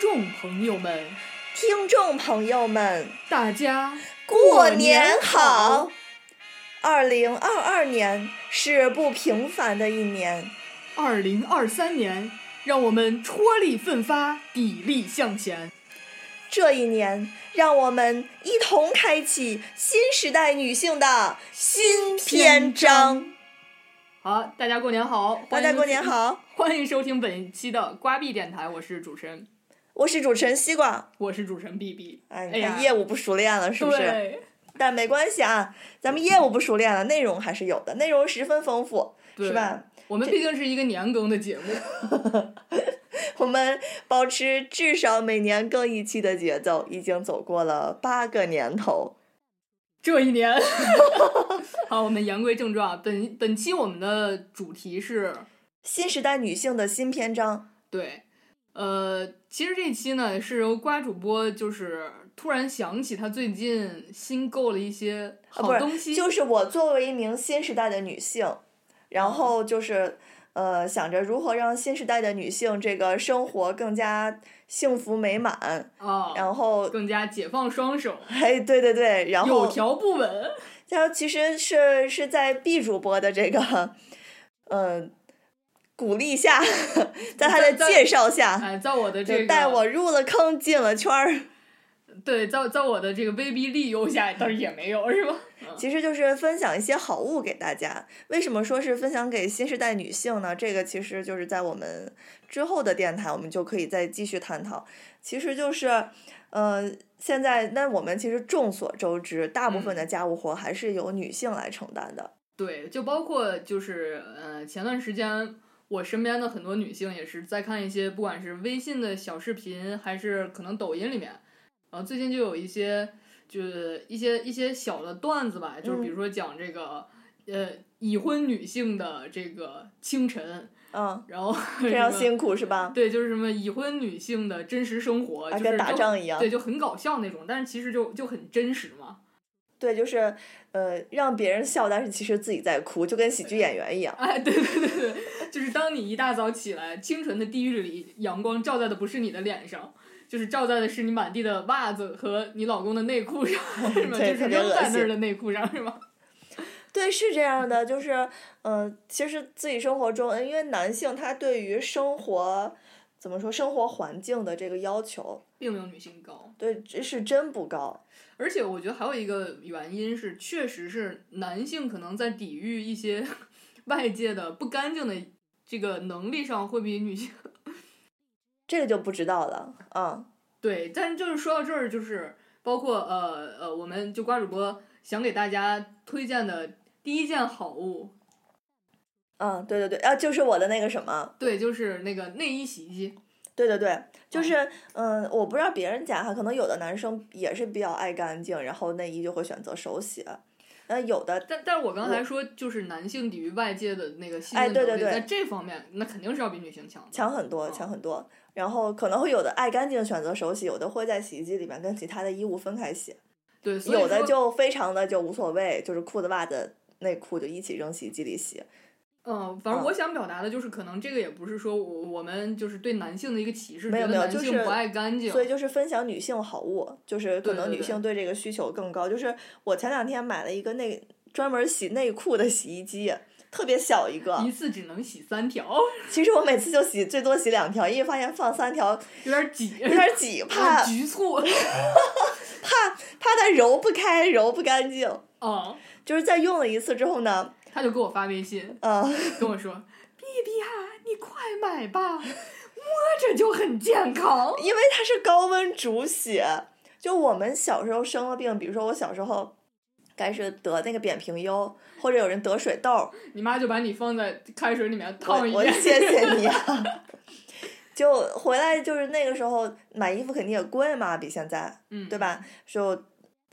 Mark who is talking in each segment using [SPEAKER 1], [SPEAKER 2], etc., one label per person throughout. [SPEAKER 1] 众朋友们，
[SPEAKER 2] 听众朋友们，
[SPEAKER 1] 大家
[SPEAKER 2] 过
[SPEAKER 1] 年
[SPEAKER 2] 年好！！二零二二年是不平凡的一年，
[SPEAKER 1] 二零二三年，让我们踔厉奋发，砥砺向前。
[SPEAKER 2] 这一年让我们一同开启新时代女性的新篇章。
[SPEAKER 1] 好，大家过年好！欢
[SPEAKER 2] 大
[SPEAKER 1] 迎
[SPEAKER 2] 家过年，好，
[SPEAKER 1] 欢迎收听本期的瓜币电台，我是主持人，
[SPEAKER 2] 我是主持人西瓜。
[SPEAKER 1] 我是主持人 B B。
[SPEAKER 2] 哎，
[SPEAKER 1] 哎
[SPEAKER 2] 你
[SPEAKER 1] 呀
[SPEAKER 2] 看业务不熟练了是不是？
[SPEAKER 1] 对，
[SPEAKER 2] 但没关系啊，咱们业务不熟练了，内容还是有的，内容十分丰富，
[SPEAKER 1] 对
[SPEAKER 2] 是吧？
[SPEAKER 1] 我们毕竟是一个年更的节 目，
[SPEAKER 2] 我们保持至少每年更一期的节奏，已经走过了八个年头。
[SPEAKER 1] 这一年。 好，我们言归正传啊，本本期我们的主题是
[SPEAKER 2] 新时代女性的新篇章，
[SPEAKER 1] 对，呃，其实这期呢是由瓜主播就是突然想起他最近新购了一些
[SPEAKER 2] 啊不
[SPEAKER 1] 好
[SPEAKER 2] 是
[SPEAKER 1] 东西，
[SPEAKER 2] 就是我作为一名新时代的女性，然后就是呃想着如何让新时代的女性这个生活更加幸福美满，
[SPEAKER 1] 啊，
[SPEAKER 2] 然后
[SPEAKER 1] 更加解放双手，
[SPEAKER 2] 哎对对对，然
[SPEAKER 1] 有
[SPEAKER 2] 后
[SPEAKER 1] 条不紊。
[SPEAKER 2] 然后其实是是在 B 主播的这个 嗯、呃、鼓励下， 在他
[SPEAKER 1] 在
[SPEAKER 2] 的
[SPEAKER 1] 在
[SPEAKER 2] 介绍下。
[SPEAKER 1] 哎，在我的这
[SPEAKER 2] 啊就
[SPEAKER 1] 个
[SPEAKER 2] 带我入了坑，进了圈儿，
[SPEAKER 1] 对，在在我的这个威逼利诱下，倒是也没有是吧？嗯
[SPEAKER 2] 其实就是分享一些好物给大家。为什么说是分享给新时代女性呢？这个其实就是在我们之后的电台，我们就可以再继续探讨。其实就是，呃，现在那我们其实众所周知，大部
[SPEAKER 1] 嗯
[SPEAKER 2] 分的家务活还是由女性来承担的。
[SPEAKER 1] 对，就包括就是呃，前段时间我身边的很多女性也是在看一些不管是微信的小视频，还是可能抖音里面，然后最近就有一些就是一些一些小的段子吧，就是比如说讲这个、呃已婚女性的这个清晨，
[SPEAKER 2] 嗯，
[SPEAKER 1] 然后
[SPEAKER 2] 非
[SPEAKER 1] 什
[SPEAKER 2] 常
[SPEAKER 1] 么
[SPEAKER 2] 辛苦是吧？
[SPEAKER 1] 对，就是什么已婚女性的真实生活，
[SPEAKER 2] 啊
[SPEAKER 1] 就是
[SPEAKER 2] 跟打
[SPEAKER 1] 就
[SPEAKER 2] 仗一样
[SPEAKER 1] 对，就很搞笑那种，但是其实就就很真实嘛。
[SPEAKER 2] 对，就是呃，让别人笑，但是其实自己在哭，就跟喜剧演员一样。
[SPEAKER 1] 哎，对对对对，就是当你一大早起来，清晨的地狱里，阳光照在的不是你的脸上，就是照在的是你满地的袜子和你老公的内裤上，是吗？
[SPEAKER 2] 对
[SPEAKER 1] 就是
[SPEAKER 2] 特别
[SPEAKER 1] 扔
[SPEAKER 2] 恶
[SPEAKER 1] 在那儿
[SPEAKER 2] 心
[SPEAKER 1] 的内裤上，是吗？
[SPEAKER 2] 对，是这样的，就是，嗯、其实自己生活中，呃因为男性他对于生活怎么说，生活环境的这个要求，
[SPEAKER 1] 并没有女性高，
[SPEAKER 2] 对，这是真不高。
[SPEAKER 1] 而且我觉得还有一个原因是，确实是男性可能在抵御一些 外界的不干净的这个能力上会比女性
[SPEAKER 2] 这个就不知道了啊、
[SPEAKER 1] 对，但是就是说到这儿，就是包括呃呃，我们就瓜主播想给大家推荐的第一件好物，
[SPEAKER 2] 嗯，对对对，啊，就是我的那个什么，
[SPEAKER 1] 对，就是那个内衣洗衣机。
[SPEAKER 2] 对对对，就是，嗯、我不知道别人家哈，可能有的男生也是比较爱干净，然后内衣就会选择手洗，那有的
[SPEAKER 1] 但但是我刚才说，就是男性抵御外界的那个新
[SPEAKER 2] 哎
[SPEAKER 1] 闻能力，
[SPEAKER 2] 对对对
[SPEAKER 1] 在这方面，那肯定是要比女性强的。
[SPEAKER 2] 强很多，强很多。然后可能会有的爱干净选择手洗，有的会在洗衣机里面跟其他的衣物分开洗。
[SPEAKER 1] 对，所以
[SPEAKER 2] 有的
[SPEAKER 1] 说
[SPEAKER 2] 就非常的就无所谓，就是裤子、袜子、内裤就一起扔洗衣机里洗。
[SPEAKER 1] 嗯，反正
[SPEAKER 2] 嗯
[SPEAKER 1] 我想表达的就是，可能这个也不是说我我们就是对男性的一个歧视，
[SPEAKER 2] 没有
[SPEAKER 1] 觉得
[SPEAKER 2] 没有
[SPEAKER 1] 男
[SPEAKER 2] 就是
[SPEAKER 1] 性不爱干净。
[SPEAKER 2] 所以就是分享女性好物，就是可
[SPEAKER 1] 对
[SPEAKER 2] 能
[SPEAKER 1] 对
[SPEAKER 2] 女
[SPEAKER 1] 对
[SPEAKER 2] 性对这个需求更高。就是我前两天买了一个内专门洗内裤的洗衣机。特别小一个
[SPEAKER 1] 一，次只能洗三条，
[SPEAKER 2] 其实我每次就洗最多洗两条，因为发现放三条
[SPEAKER 1] 有点挤，
[SPEAKER 2] 有点 挤，怕
[SPEAKER 1] 局促。
[SPEAKER 2] 怕它揉不开，揉不干净。
[SPEAKER 1] 嗯，
[SPEAKER 2] 就是在用了一次之后呢，
[SPEAKER 1] 他就给我发微信，
[SPEAKER 2] 呃，
[SPEAKER 1] 跟我说：“弟弟啊，你快买吧，摸着就很健康。
[SPEAKER 2] 因为它是高温煮血。就我们小时候生了病，比如说我小时候，该是得那个扁平疣，或者有人得水痘，”
[SPEAKER 1] 你妈就把你放在开水里面
[SPEAKER 2] 我
[SPEAKER 1] 烫一
[SPEAKER 2] 我
[SPEAKER 1] 遍。
[SPEAKER 2] 谢谢你啊。 就回来就是那个时候买衣服肯定也贵嘛，比现在
[SPEAKER 1] 嗯，
[SPEAKER 2] 对吧？就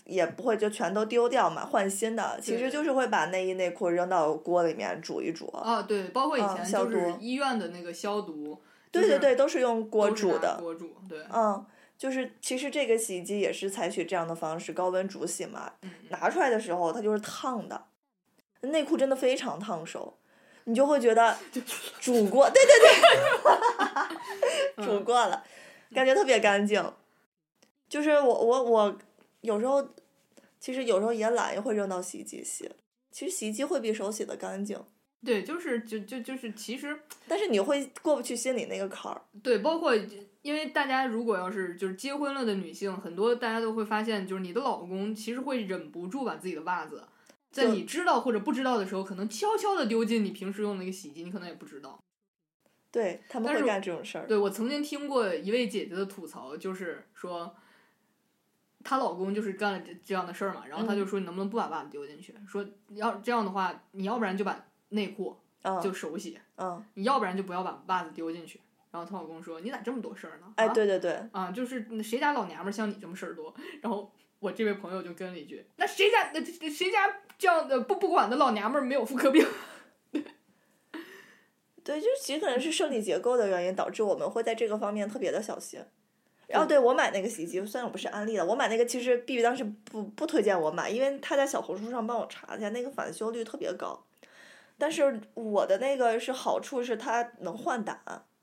[SPEAKER 2] 也不会就全都丢掉嘛，换新的。其实就是会把内衣内裤扔到锅里面煮一煮。
[SPEAKER 1] 啊，对，包括以
[SPEAKER 2] 嗯
[SPEAKER 1] 前
[SPEAKER 2] 消
[SPEAKER 1] 就是
[SPEAKER 2] 毒
[SPEAKER 1] 医院的那个消毒，
[SPEAKER 2] 对
[SPEAKER 1] 就是
[SPEAKER 2] 对对，都是用锅
[SPEAKER 1] 都是
[SPEAKER 2] 煮
[SPEAKER 1] 拿
[SPEAKER 2] 的。
[SPEAKER 1] 锅煮对，
[SPEAKER 2] 嗯，就是其实这个洗衣机也是采取这样的方式，高温煮洗嘛。
[SPEAKER 1] 嗯，
[SPEAKER 2] 拿出来的时候它就是烫的，内裤真的非常烫手，你就会觉得煮过，对对对，
[SPEAKER 1] 嗯
[SPEAKER 2] 煮过了，感觉特别干净。就是我我我有时候，其实有时候也懒，也会扔到洗衣机洗。其实洗衣机会比手洗的干净，
[SPEAKER 1] 对，就是就就就是其实
[SPEAKER 2] 但是你会过不去心里那个坎儿。
[SPEAKER 1] 对，包括因为大家如果要是就是结婚了的女性，很多大家都会发现，就是你的老公其实会忍不住把自己的袜子，在
[SPEAKER 2] 对
[SPEAKER 1] 你知道或者不知道的时候，可能悄悄的丢进你平时用的那个洗衣机，你可能也不知道。
[SPEAKER 2] 对他们
[SPEAKER 1] 但
[SPEAKER 2] 会
[SPEAKER 1] 是
[SPEAKER 2] 干这种事儿。
[SPEAKER 1] 对我曾经听过一位姐姐的吐槽，就是说。她老公就是干了这这样的事儿嘛，然后她
[SPEAKER 2] 嗯
[SPEAKER 1] 就说你能不能不把袜子丢进去？说要这样的话，你要不然就把内裤就啊
[SPEAKER 2] 嗯
[SPEAKER 1] 手洗，
[SPEAKER 2] 嗯，
[SPEAKER 1] 你要不然就不要把袜子丢进去。然后她老公说你咋这么多事儿呢？
[SPEAKER 2] 哎，
[SPEAKER 1] 啊
[SPEAKER 2] 对对对，
[SPEAKER 1] 啊，就是那谁家老娘们儿像你这么事儿多。然后我这位朋友就跟了一句：“那谁家那那谁家这样的不不管的老娘们儿没有妇科病
[SPEAKER 2] 对，就是其实可能是生理结构的原因，导致我们会在这个方面特别的小心。然后对我买那个洗衣机，虽然我不是安利的，我买那个其实 B B 当时不不推荐我买，因为他在小红书上帮我查了一下，那个返修率特别高。但是我的那个是好处是它能换胆，？”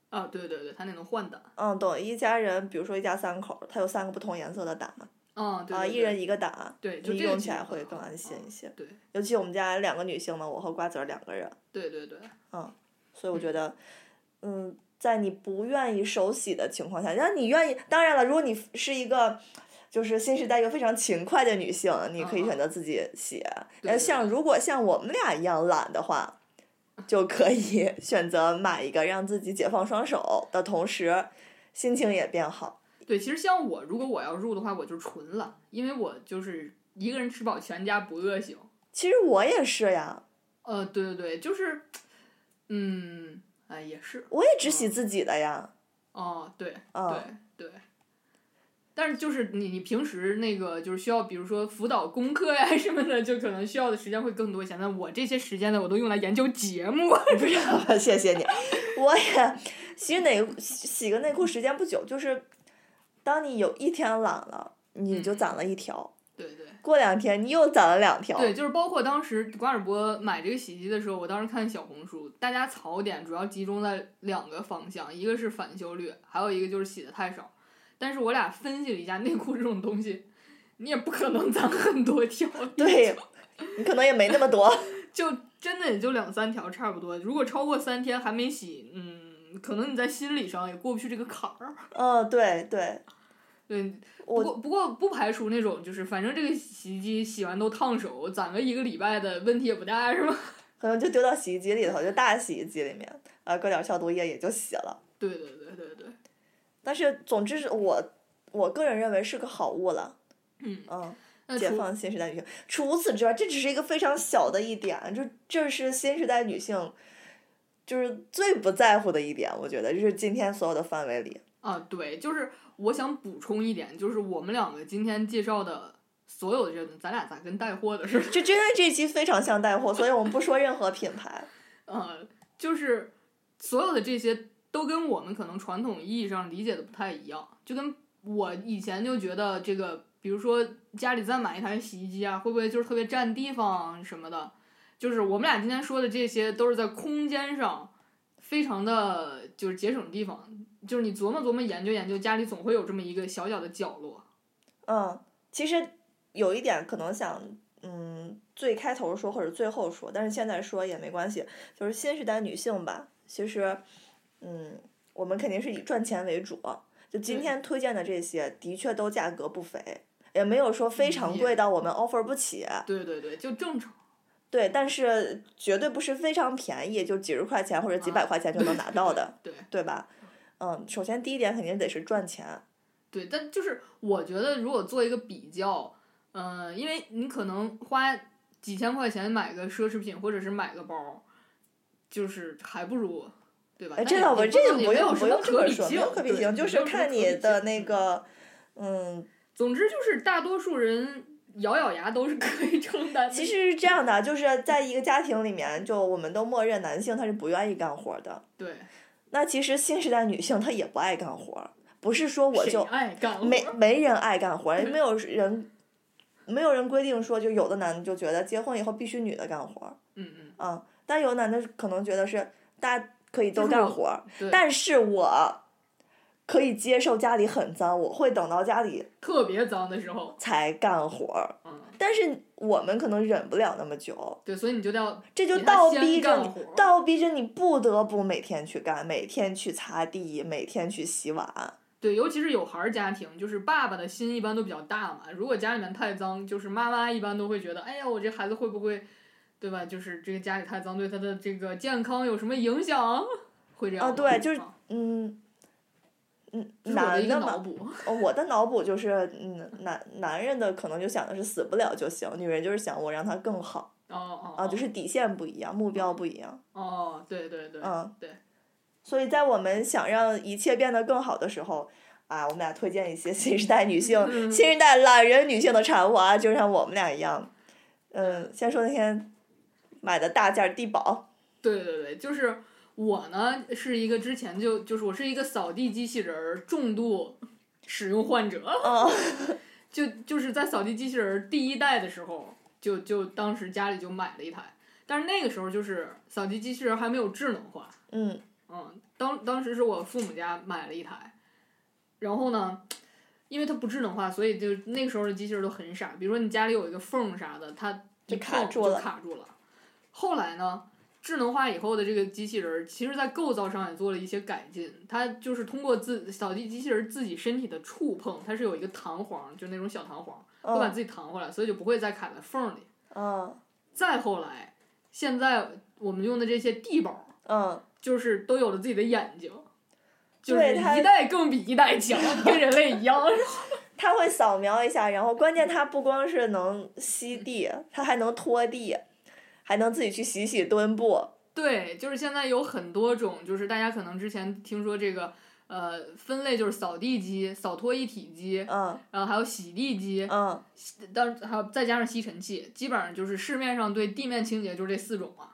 [SPEAKER 1] 啊，对对对，他那能换的。
[SPEAKER 2] 嗯，懂一家人，比如说一家三口，它有三个不同颜色的胆
[SPEAKER 1] 嗯，对
[SPEAKER 2] 啊，
[SPEAKER 1] 对
[SPEAKER 2] 一
[SPEAKER 1] 对
[SPEAKER 2] 人一个胆，
[SPEAKER 1] 对，就
[SPEAKER 2] 你
[SPEAKER 1] 这个
[SPEAKER 2] 用
[SPEAKER 1] 其
[SPEAKER 2] 起
[SPEAKER 1] 实
[SPEAKER 2] 来
[SPEAKER 1] 很
[SPEAKER 2] 会
[SPEAKER 1] 好
[SPEAKER 2] 更安
[SPEAKER 1] 嗯
[SPEAKER 2] 心一些。
[SPEAKER 1] 对
[SPEAKER 2] 尤其我们家两个女性嘛，我和瓜子儿两个人，
[SPEAKER 1] 对对对，
[SPEAKER 2] 所以我觉得，嗯，在你不愿意手洗的情况下，然后你愿意，当然了，如果你是一个就是新时代一个非常勤快的女性，你可以
[SPEAKER 1] 嗯嗯
[SPEAKER 2] 选择自己洗。
[SPEAKER 1] 对
[SPEAKER 2] 那
[SPEAKER 1] 对
[SPEAKER 2] 像
[SPEAKER 1] 对
[SPEAKER 2] 如果像我们俩一样懒的话，就可以 选择买一个让自己解放双手的同时，心情也变好。
[SPEAKER 1] 对，其实像我，如果我要入的话，我就纯了，因为我就是一个人吃饱全家不饿型。
[SPEAKER 2] 其实我也是呀，
[SPEAKER 1] 呃，对对对，就是，嗯，哎，也是，
[SPEAKER 2] 我也只洗自己的呀。
[SPEAKER 1] 哦，嗯对，
[SPEAKER 2] 啊、
[SPEAKER 1] 对对。但是就是你你平时那个就是需要，比如说辅导功课呀什么的，就可能需要的时间会更多一些。那我这些时间呢，我都用来研究节目。
[SPEAKER 2] 不知道吧？ 谢谢你，我也洗内洗洗个内裤时间不久，就是当你有一天懒了，你
[SPEAKER 1] 嗯
[SPEAKER 2] 就攒了一条，
[SPEAKER 1] 对对
[SPEAKER 2] 过两天你又攒了两条。
[SPEAKER 1] 对，就是包括当时瓜尔波买这个洗衣机的时候，我当时看小红书，大家槽点主要集中在两个方向，一个是返修率，还有一个就是洗的太少。但是我俩分析了一下，内裤这种东西，你也不可能攒很多条。
[SPEAKER 2] 对，你可能也没那么多。
[SPEAKER 1] 就真的也就两三条差不多。如果超过三天还没洗，嗯，可能你在心理上也过不去这个坎儿。
[SPEAKER 2] 嗯，对对，
[SPEAKER 1] 对，不
[SPEAKER 2] 我
[SPEAKER 1] 过不过不排除那种就是，反正这个洗衣机洗完都烫手，攒个一个礼拜的问题也不大，是吧？
[SPEAKER 2] 可能就丢到洗衣机里头，就大洗衣机里面，啊，搁点消毒液也就洗了。
[SPEAKER 1] 对对对对对，
[SPEAKER 2] 但是总之是我我个人认为是个好物了。
[SPEAKER 1] 嗯
[SPEAKER 2] 嗯，
[SPEAKER 1] 那
[SPEAKER 2] 解
[SPEAKER 1] 除
[SPEAKER 2] 放新时代女性。除此之外，这只是一个非常小的一点，就这是新时代女性就是最不在乎的一点，我觉得就是今天所有的范围里。
[SPEAKER 1] 啊，对，就是我想补充一点，就是我们两个今天介绍的所有的这，咱俩咋跟带货的似的？
[SPEAKER 2] 就真的这期非常像带货，所以我们不说任何品牌。
[SPEAKER 1] 呃，就是所有的这些都跟我们可能传统意义上理解的不太一样。就跟我以前就觉得这个，比如说家里再买一台洗衣机啊，会不会就是特别占地方什么的？就是我们俩今天说的这些，都是在空间上非常的就是节省地方。就是你琢磨琢磨研究研究，家里总会有这么一个小小的角落。
[SPEAKER 2] 嗯，其实有一点可能想，嗯，最开头说或者最后说，但是现在说也没关系。就是新时代女性吧，其实，嗯，我们肯定是以赚钱为主。就今
[SPEAKER 1] 对
[SPEAKER 2] 天推荐的这些，的确都价格不菲，也没有说非常
[SPEAKER 1] 也
[SPEAKER 2] 贵到我们 offer 不起。
[SPEAKER 1] 对对对，就正常。
[SPEAKER 2] 对，但是绝对不是非常便宜，就几十块钱或者几百
[SPEAKER 1] 啊
[SPEAKER 2] 块钱就能拿到的，
[SPEAKER 1] 对。
[SPEAKER 2] 对吧？嗯，首先第一点肯定得是赚钱。
[SPEAKER 1] 对，但就是我觉得，如果做一个比较，嗯、因为你可能花几千块钱买个奢侈品，或者是买个包，就是还不如，对吧？
[SPEAKER 2] 哎，
[SPEAKER 1] 但
[SPEAKER 2] 这
[SPEAKER 1] 啊也
[SPEAKER 2] 倒不，
[SPEAKER 1] 也
[SPEAKER 2] 这个
[SPEAKER 1] 也
[SPEAKER 2] 不
[SPEAKER 1] 没有
[SPEAKER 2] 用
[SPEAKER 1] 什
[SPEAKER 2] 不
[SPEAKER 1] 么
[SPEAKER 2] 用这
[SPEAKER 1] 可
[SPEAKER 2] 么
[SPEAKER 1] 比
[SPEAKER 2] 说，没
[SPEAKER 1] 性
[SPEAKER 2] 有可比
[SPEAKER 1] 对
[SPEAKER 2] 性，就
[SPEAKER 1] 没
[SPEAKER 2] 是
[SPEAKER 1] 有什么
[SPEAKER 2] 看
[SPEAKER 1] 可
[SPEAKER 2] 你
[SPEAKER 1] 比
[SPEAKER 2] 的
[SPEAKER 1] 性
[SPEAKER 2] 那
[SPEAKER 1] 嗯
[SPEAKER 2] 个，嗯，
[SPEAKER 1] 总之就是大多数人咬咬牙都是可以承担的。
[SPEAKER 2] 其实是这样的，就是在一个家庭里面，就我们都默认男性他是不愿意干活的。
[SPEAKER 1] 对，
[SPEAKER 2] 那其实新时代女性她也不爱干活，不是说我
[SPEAKER 1] 谁
[SPEAKER 2] 就
[SPEAKER 1] 爱干活
[SPEAKER 2] 没没人爱干活，也 没有人没有人规定说，就有的男的就觉得结婚以后必须女的干活
[SPEAKER 1] 嗯嗯，
[SPEAKER 2] 啊，但有的男的可能觉得是大家可以都
[SPEAKER 1] 就是
[SPEAKER 2] 干
[SPEAKER 1] 我
[SPEAKER 2] 活，
[SPEAKER 1] 对
[SPEAKER 2] 但是我可以接受家里很脏，我会等到家里
[SPEAKER 1] 特别脏的时候，
[SPEAKER 2] 才干活儿。
[SPEAKER 1] 嗯，
[SPEAKER 2] 但是我们可能忍不了那么久，
[SPEAKER 1] 对，所以你就要
[SPEAKER 2] 这就
[SPEAKER 1] 比他
[SPEAKER 2] 倒
[SPEAKER 1] 先
[SPEAKER 2] 逼着
[SPEAKER 1] 干
[SPEAKER 2] 你
[SPEAKER 1] 活儿，
[SPEAKER 2] 倒逼着你不得不每天去干，每天去擦地，每天去洗碗。
[SPEAKER 1] 对，尤其是有孩儿家庭，就是爸爸的心一般都比较大嘛。如果家里面太脏，就是妈妈一般都会觉得，哎呀，我这孩子会不会，对吧？就是这个家里太脏，对他的这个健康有什么影响？会这样
[SPEAKER 2] 啊
[SPEAKER 1] 吗
[SPEAKER 2] 对就是
[SPEAKER 1] 啊
[SPEAKER 2] 嗯，嗯，
[SPEAKER 1] 这是我的
[SPEAKER 2] 男
[SPEAKER 1] 一个
[SPEAKER 2] 的
[SPEAKER 1] 脑
[SPEAKER 2] 嘛，
[SPEAKER 1] 补。
[SPEAKER 2] 哦我的脑补就是，嗯，男男人的可能就想的是死不了就行，女人就是想我让他更好
[SPEAKER 1] 哦哦
[SPEAKER 2] 啊，就是底线不一样，目标不一样，
[SPEAKER 1] 哦，对对对，
[SPEAKER 2] 嗯，
[SPEAKER 1] 对。
[SPEAKER 2] 所以在我们想让一切变得更好的时候。啊，我们俩推荐一些新时代女性、
[SPEAKER 1] 嗯
[SPEAKER 2] 新时代懒人女性的产物啊，就像我们俩一样。嗯，先说那天买的大件儿地宝，
[SPEAKER 1] 对对对，就是我呢是一个之前就就是我是一个扫地机器人儿重度使用患者。
[SPEAKER 2] 嗯，
[SPEAKER 1] 就就是在扫地机器人儿第一代的时候，就就当时家里就买了一台，但是那个时候就是扫地机器人儿还没有智能化，
[SPEAKER 2] 嗯
[SPEAKER 1] 嗯，当当时是我父母家买了一台，然后呢，因为它不智能化，所以就那个时候的机器人儿都很傻，比如说你家里有一个缝啥的，它一
[SPEAKER 2] 就卡
[SPEAKER 1] 碰
[SPEAKER 2] 住
[SPEAKER 1] 就
[SPEAKER 2] 了
[SPEAKER 1] 卡住了。后来呢，智能化以后的这个机器人儿，其实在构造上也做了一些改进，它就是通过自扫地机器人儿自己身体的触碰，它是有一个弹簧，就那种小弹簧，会把
[SPEAKER 2] 嗯
[SPEAKER 1] 自己弹回来，所以就不会再卡在缝儿里。
[SPEAKER 2] 嗯
[SPEAKER 1] 再后来，现在我们用的这些地宝。
[SPEAKER 2] 嗯，
[SPEAKER 1] 就是都有了自己的眼睛，就是
[SPEAKER 2] 对它
[SPEAKER 1] 一代更比一代强，跟人类一样。
[SPEAKER 2] 它会扫描一下，然后关键它不光是能吸地，它还能拖地，还能自己去洗洗墩布。
[SPEAKER 1] 对，就是现在有很多种，就是大家可能之前听说这个，呃，分类就是扫地机、扫拖一体机，
[SPEAKER 2] 嗯
[SPEAKER 1] 然后还有洗地机，
[SPEAKER 2] 嗯
[SPEAKER 1] 当然还有再加上吸尘器，基本上就是市面上对地面清洁就是这四种嘛。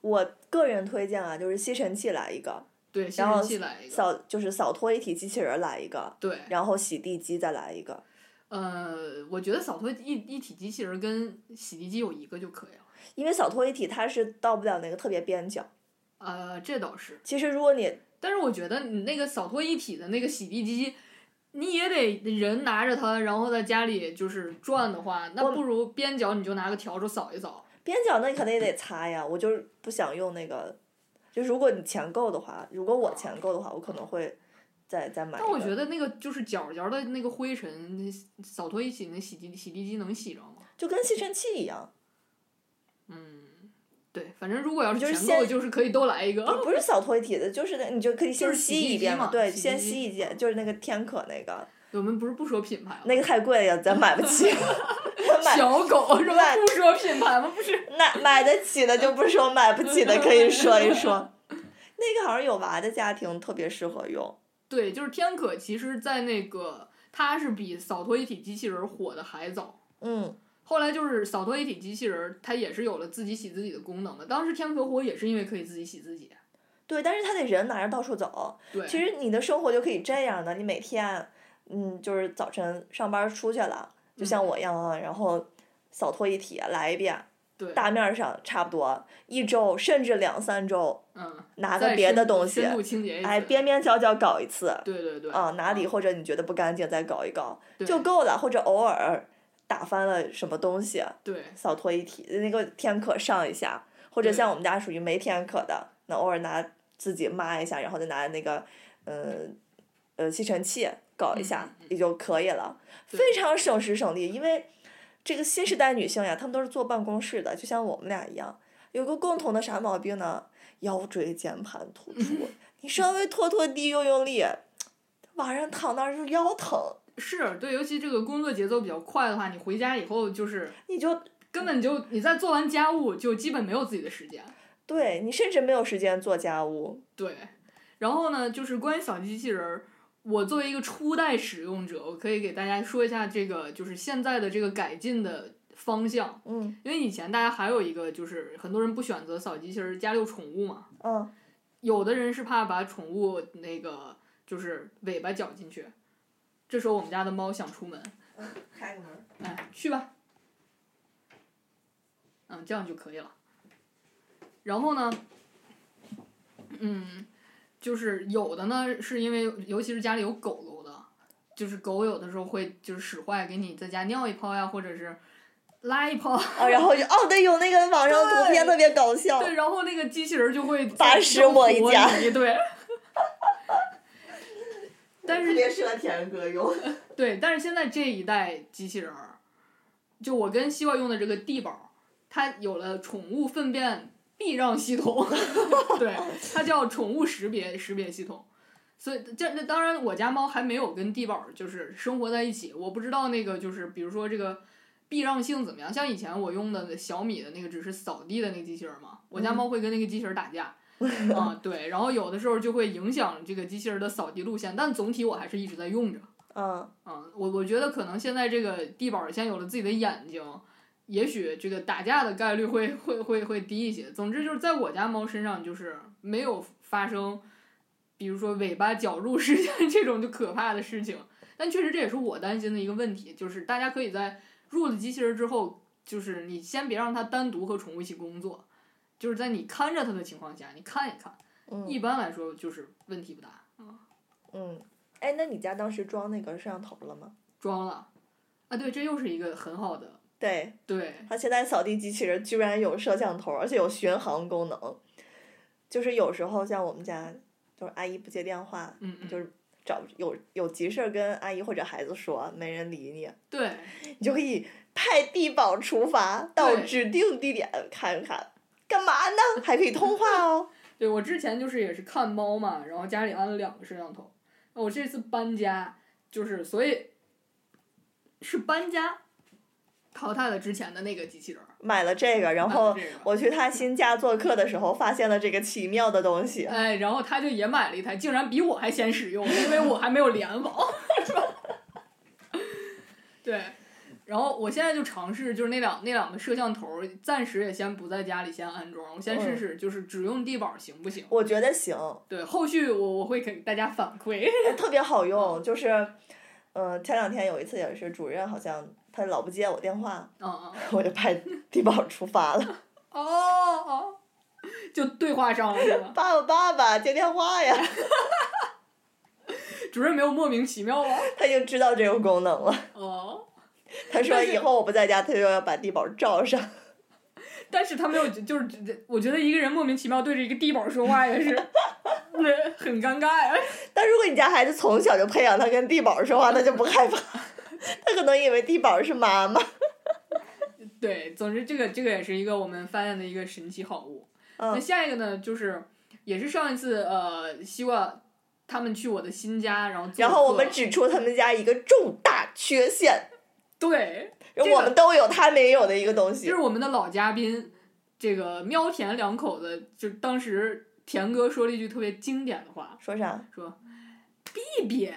[SPEAKER 2] 我个人推荐啊，就是吸尘器来一个，
[SPEAKER 1] 对，吸
[SPEAKER 2] 然后
[SPEAKER 1] 尘器来一个，
[SPEAKER 2] 扫就是扫拖一体机器人来一个，
[SPEAKER 1] 对，
[SPEAKER 2] 然后洗地机再来一个。
[SPEAKER 1] 呃，我觉得扫拖一一体机器人跟洗地机有一个就可以了。
[SPEAKER 2] 因为扫拖一体它是到不了那个特别边角。
[SPEAKER 1] 呃，这倒是，
[SPEAKER 2] 其实如果你
[SPEAKER 1] 但是我觉得你那个扫拖一体的那个洗地机，你也得人拿着它，然后在家里就是转的话，那
[SPEAKER 2] 我
[SPEAKER 1] 不如边角你就拿个笤帚扫一扫。
[SPEAKER 2] 边角那你肯定也得擦呀，我就是不想用那个，就如果你钱够的话，如果我钱够的话，我可能会再再买一
[SPEAKER 1] 但
[SPEAKER 2] 个。
[SPEAKER 1] 我觉得那个就是角角的那个灰尘，那扫拖一体那洗地洗地机能洗着吗？
[SPEAKER 2] 就跟吸尘器一样，
[SPEAKER 1] 嗯，对，反正如果要是
[SPEAKER 2] 就是
[SPEAKER 1] 钱够，
[SPEAKER 2] 先
[SPEAKER 1] 就是可以都来一
[SPEAKER 2] 也
[SPEAKER 1] 个。
[SPEAKER 2] 不是扫拖一体的，就是那你就可以
[SPEAKER 1] 啊就
[SPEAKER 2] 先
[SPEAKER 1] 是洗
[SPEAKER 2] 吸
[SPEAKER 1] 衣
[SPEAKER 2] 一
[SPEAKER 1] 机
[SPEAKER 2] 遍
[SPEAKER 1] 嘛
[SPEAKER 2] 对，
[SPEAKER 1] 洗衣机
[SPEAKER 2] 先
[SPEAKER 1] 啊
[SPEAKER 2] 吸一遍，就是那个天可那个，
[SPEAKER 1] 我们不是不说品牌
[SPEAKER 2] 那
[SPEAKER 1] 了。
[SPEAKER 2] 个太贵了，咱买不起， 买
[SPEAKER 1] 小 狗是吧？
[SPEAKER 2] 买
[SPEAKER 1] 不说品牌吗？不 是，
[SPEAKER 2] 那买得起的就不说，买不起的可以说 一说。那个好像有娃的家庭特别适合用，
[SPEAKER 1] 对，就是天可，其实，在那个它是比扫拖一体机器人火的还早。
[SPEAKER 2] 嗯
[SPEAKER 1] 后来就是扫拖一体机器人儿，它也是有了自己洗自己的功能的。当时天可火也是因为可以自己洗自己，
[SPEAKER 2] 对，但是他得人拿着到处走，
[SPEAKER 1] 对，
[SPEAKER 2] 其实你的生活就可以这样的，你每天，嗯，就是早晨上班出去了，就
[SPEAKER 1] 嗯
[SPEAKER 2] 像我一样啊，然后扫拖一体来一遍，
[SPEAKER 1] 对，
[SPEAKER 2] 大面儿上差不多，一周甚至两三周
[SPEAKER 1] 嗯，
[SPEAKER 2] 拿
[SPEAKER 1] 再
[SPEAKER 2] 个别
[SPEAKER 1] 深
[SPEAKER 2] 的
[SPEAKER 1] 度
[SPEAKER 2] 东西
[SPEAKER 1] 深，度清洁一次，
[SPEAKER 2] 哎，边边角角搞一次，啊、
[SPEAKER 1] 对对对，嗯
[SPEAKER 2] 哪里或者你觉得不干净再搞一搞
[SPEAKER 1] 对
[SPEAKER 2] 就够了，或者偶尔打翻了什么东西，
[SPEAKER 1] 对
[SPEAKER 2] 扫拖一体那个天可上一下，或者
[SPEAKER 1] 对
[SPEAKER 2] 像我们家属于没天可的，那偶尔拿自己抹一下，然后再拿那个呃呃吸尘器搞一
[SPEAKER 1] 嗯
[SPEAKER 2] 下、
[SPEAKER 1] 嗯嗯
[SPEAKER 2] 也就可以了，
[SPEAKER 1] 对
[SPEAKER 2] 非常省时省力。因为这个新时代女性呀，她们都是坐办公室的，就像我们俩一样，有个共同的啥毛病呢？腰椎间盘突出，
[SPEAKER 1] 嗯
[SPEAKER 2] 你稍微拖拖地用用力，晚上躺那儿就腰疼，
[SPEAKER 1] 是，对，尤其这个工作节奏比较快的话，你回家以后就是
[SPEAKER 2] 你就
[SPEAKER 1] 根本就你在做完家务就基本没有自己的时间，
[SPEAKER 2] 对你甚至没有时间做家务。
[SPEAKER 1] 对，然后呢，就是关于扫地机器人儿，我作为一个初代使用者，我可以给大家说一下这个就是现在的这个改进的方向。
[SPEAKER 2] 嗯
[SPEAKER 1] 因为以前大家还有一个就是很多人不选择扫机器人儿家里有宠物嘛，
[SPEAKER 2] 嗯。
[SPEAKER 1] 有的人是怕把宠物那个就是尾巴绞进去。这时候我们家的猫想出门，
[SPEAKER 2] 开个门。
[SPEAKER 1] 哎，去吧，嗯，这样就可以了。然后呢，嗯，就是有的呢，是因为尤其是家里有狗狗的，就是狗有的时候会就是使坏，给你在家尿一泡呀，或者是拉一泡，
[SPEAKER 2] 啊，然后就哦，对，有那个网上图片特别搞笑，
[SPEAKER 1] 对，然后那个机器人就会
[SPEAKER 2] 把
[SPEAKER 1] 在
[SPEAKER 2] 屎抹一
[SPEAKER 1] 生活
[SPEAKER 2] 家
[SPEAKER 1] 里对。但是
[SPEAKER 2] 适合田哥用。
[SPEAKER 1] 对，但是现在这一代机器人儿，就我跟西瓜用的这个地宝，它有了宠物粪便避让系统， 对，它叫宠物识别识别系统。所以这那当然，我家猫还没有跟地宝就是生活在一起，我不知道那个就是比如说这个避让性怎么样。像以前我用的小米的那个只是扫地的那个机器人嘛，我家猫会跟那个机器人打架。啊，对，然后有的时候就会影响这个机器人的扫地路线，但总体我还是一直在用着。
[SPEAKER 2] 嗯，
[SPEAKER 1] 嗯，我我觉得可能现在这个地宝儿现在有了自己的眼睛，也许这个打架的概率会会会会低一些。总之就是在我家猫身上就是没有发生，比如说尾巴绞入事件这种就可怕的事情。但确实这也是我担心的一个问题，就是大家可以在入了机器人之后，就是你先别让它单独和宠物一起工作，就是在你看着它的情况下，你看一看，
[SPEAKER 2] 嗯
[SPEAKER 1] 一般来说就是问题不大。
[SPEAKER 2] 嗯，哎，那你家当时装那个摄像头了吗？
[SPEAKER 1] 装了，啊对，这又是一个很好的
[SPEAKER 2] 对，
[SPEAKER 1] 对。
[SPEAKER 2] 它现在扫地机器人居然有摄像头，而且有巡航功能，就是有时候像我们家，就是阿姨不接电话，
[SPEAKER 1] 嗯嗯
[SPEAKER 2] 就是找有有急事儿跟阿姨或者孩子说，没人理你，
[SPEAKER 1] 对
[SPEAKER 2] 你就可以派地保处罚到
[SPEAKER 1] 对
[SPEAKER 2] 指定地点看看，干嘛呢？还可以通话哦。
[SPEAKER 1] 对，我之前就是也是看猫嘛，然后家里安了两个摄像头。我这次搬家就是所以是搬家淘汰了之前的那个机器人儿。
[SPEAKER 2] 买了这个，然后
[SPEAKER 1] 买了这个
[SPEAKER 2] 我去他新家做客的时候，发现了这个奇妙的东西。
[SPEAKER 1] 哎，然后他就也买了一台，竟然比我还先使用，因为我还没有联网。 对，然后我现在就尝试，就是那两那两个摄像头，暂时也先不在家里先安装，我先试
[SPEAKER 2] 嗯
[SPEAKER 1] 试，就是只用地保行不行？
[SPEAKER 2] 我觉得行，
[SPEAKER 1] 对，后续我我会给大家反馈。
[SPEAKER 2] 特别好用，就是，嗯、前两天有一次也是主任好像他老不接我电话，
[SPEAKER 1] 嗯嗯。
[SPEAKER 2] 我就派地保出发了，
[SPEAKER 1] 哦哦，就对话上了是吧？
[SPEAKER 2] 爸爸爸爸接电话呀，
[SPEAKER 1] 主任没有莫名其妙吗？
[SPEAKER 2] 他已经知道这个功能了。
[SPEAKER 1] 哦，
[SPEAKER 2] 他说
[SPEAKER 1] 但是
[SPEAKER 2] 以后我不在家，他就要把地保罩上。
[SPEAKER 1] 但是他没有，就是我觉得一个人莫名其妙对着一个地保说话也是，对，很尴尬呀、
[SPEAKER 2] 但如果你家孩子从小就培养他跟地保说话，他就不害怕，他可能以为地保是妈 妈。
[SPEAKER 1] 对，总之这个这个也是一个我们发现的一个神奇好物。那
[SPEAKER 2] 嗯
[SPEAKER 1] 下一个呢，就是也是上一次呃，西瓜他们去我的新家，然后做
[SPEAKER 2] 然后我
[SPEAKER 1] 客
[SPEAKER 2] 们指出他们家一个重大缺陷，
[SPEAKER 1] 对，这
[SPEAKER 2] 然后我
[SPEAKER 1] 个
[SPEAKER 2] 们都有他没有的一个东
[SPEAKER 1] 就
[SPEAKER 2] 西
[SPEAKER 1] 是。我们的老嘉宾，这个喵田两口子，就当时田哥说了一句特别经典的话，
[SPEAKER 2] 说啥？
[SPEAKER 1] 说：“避避，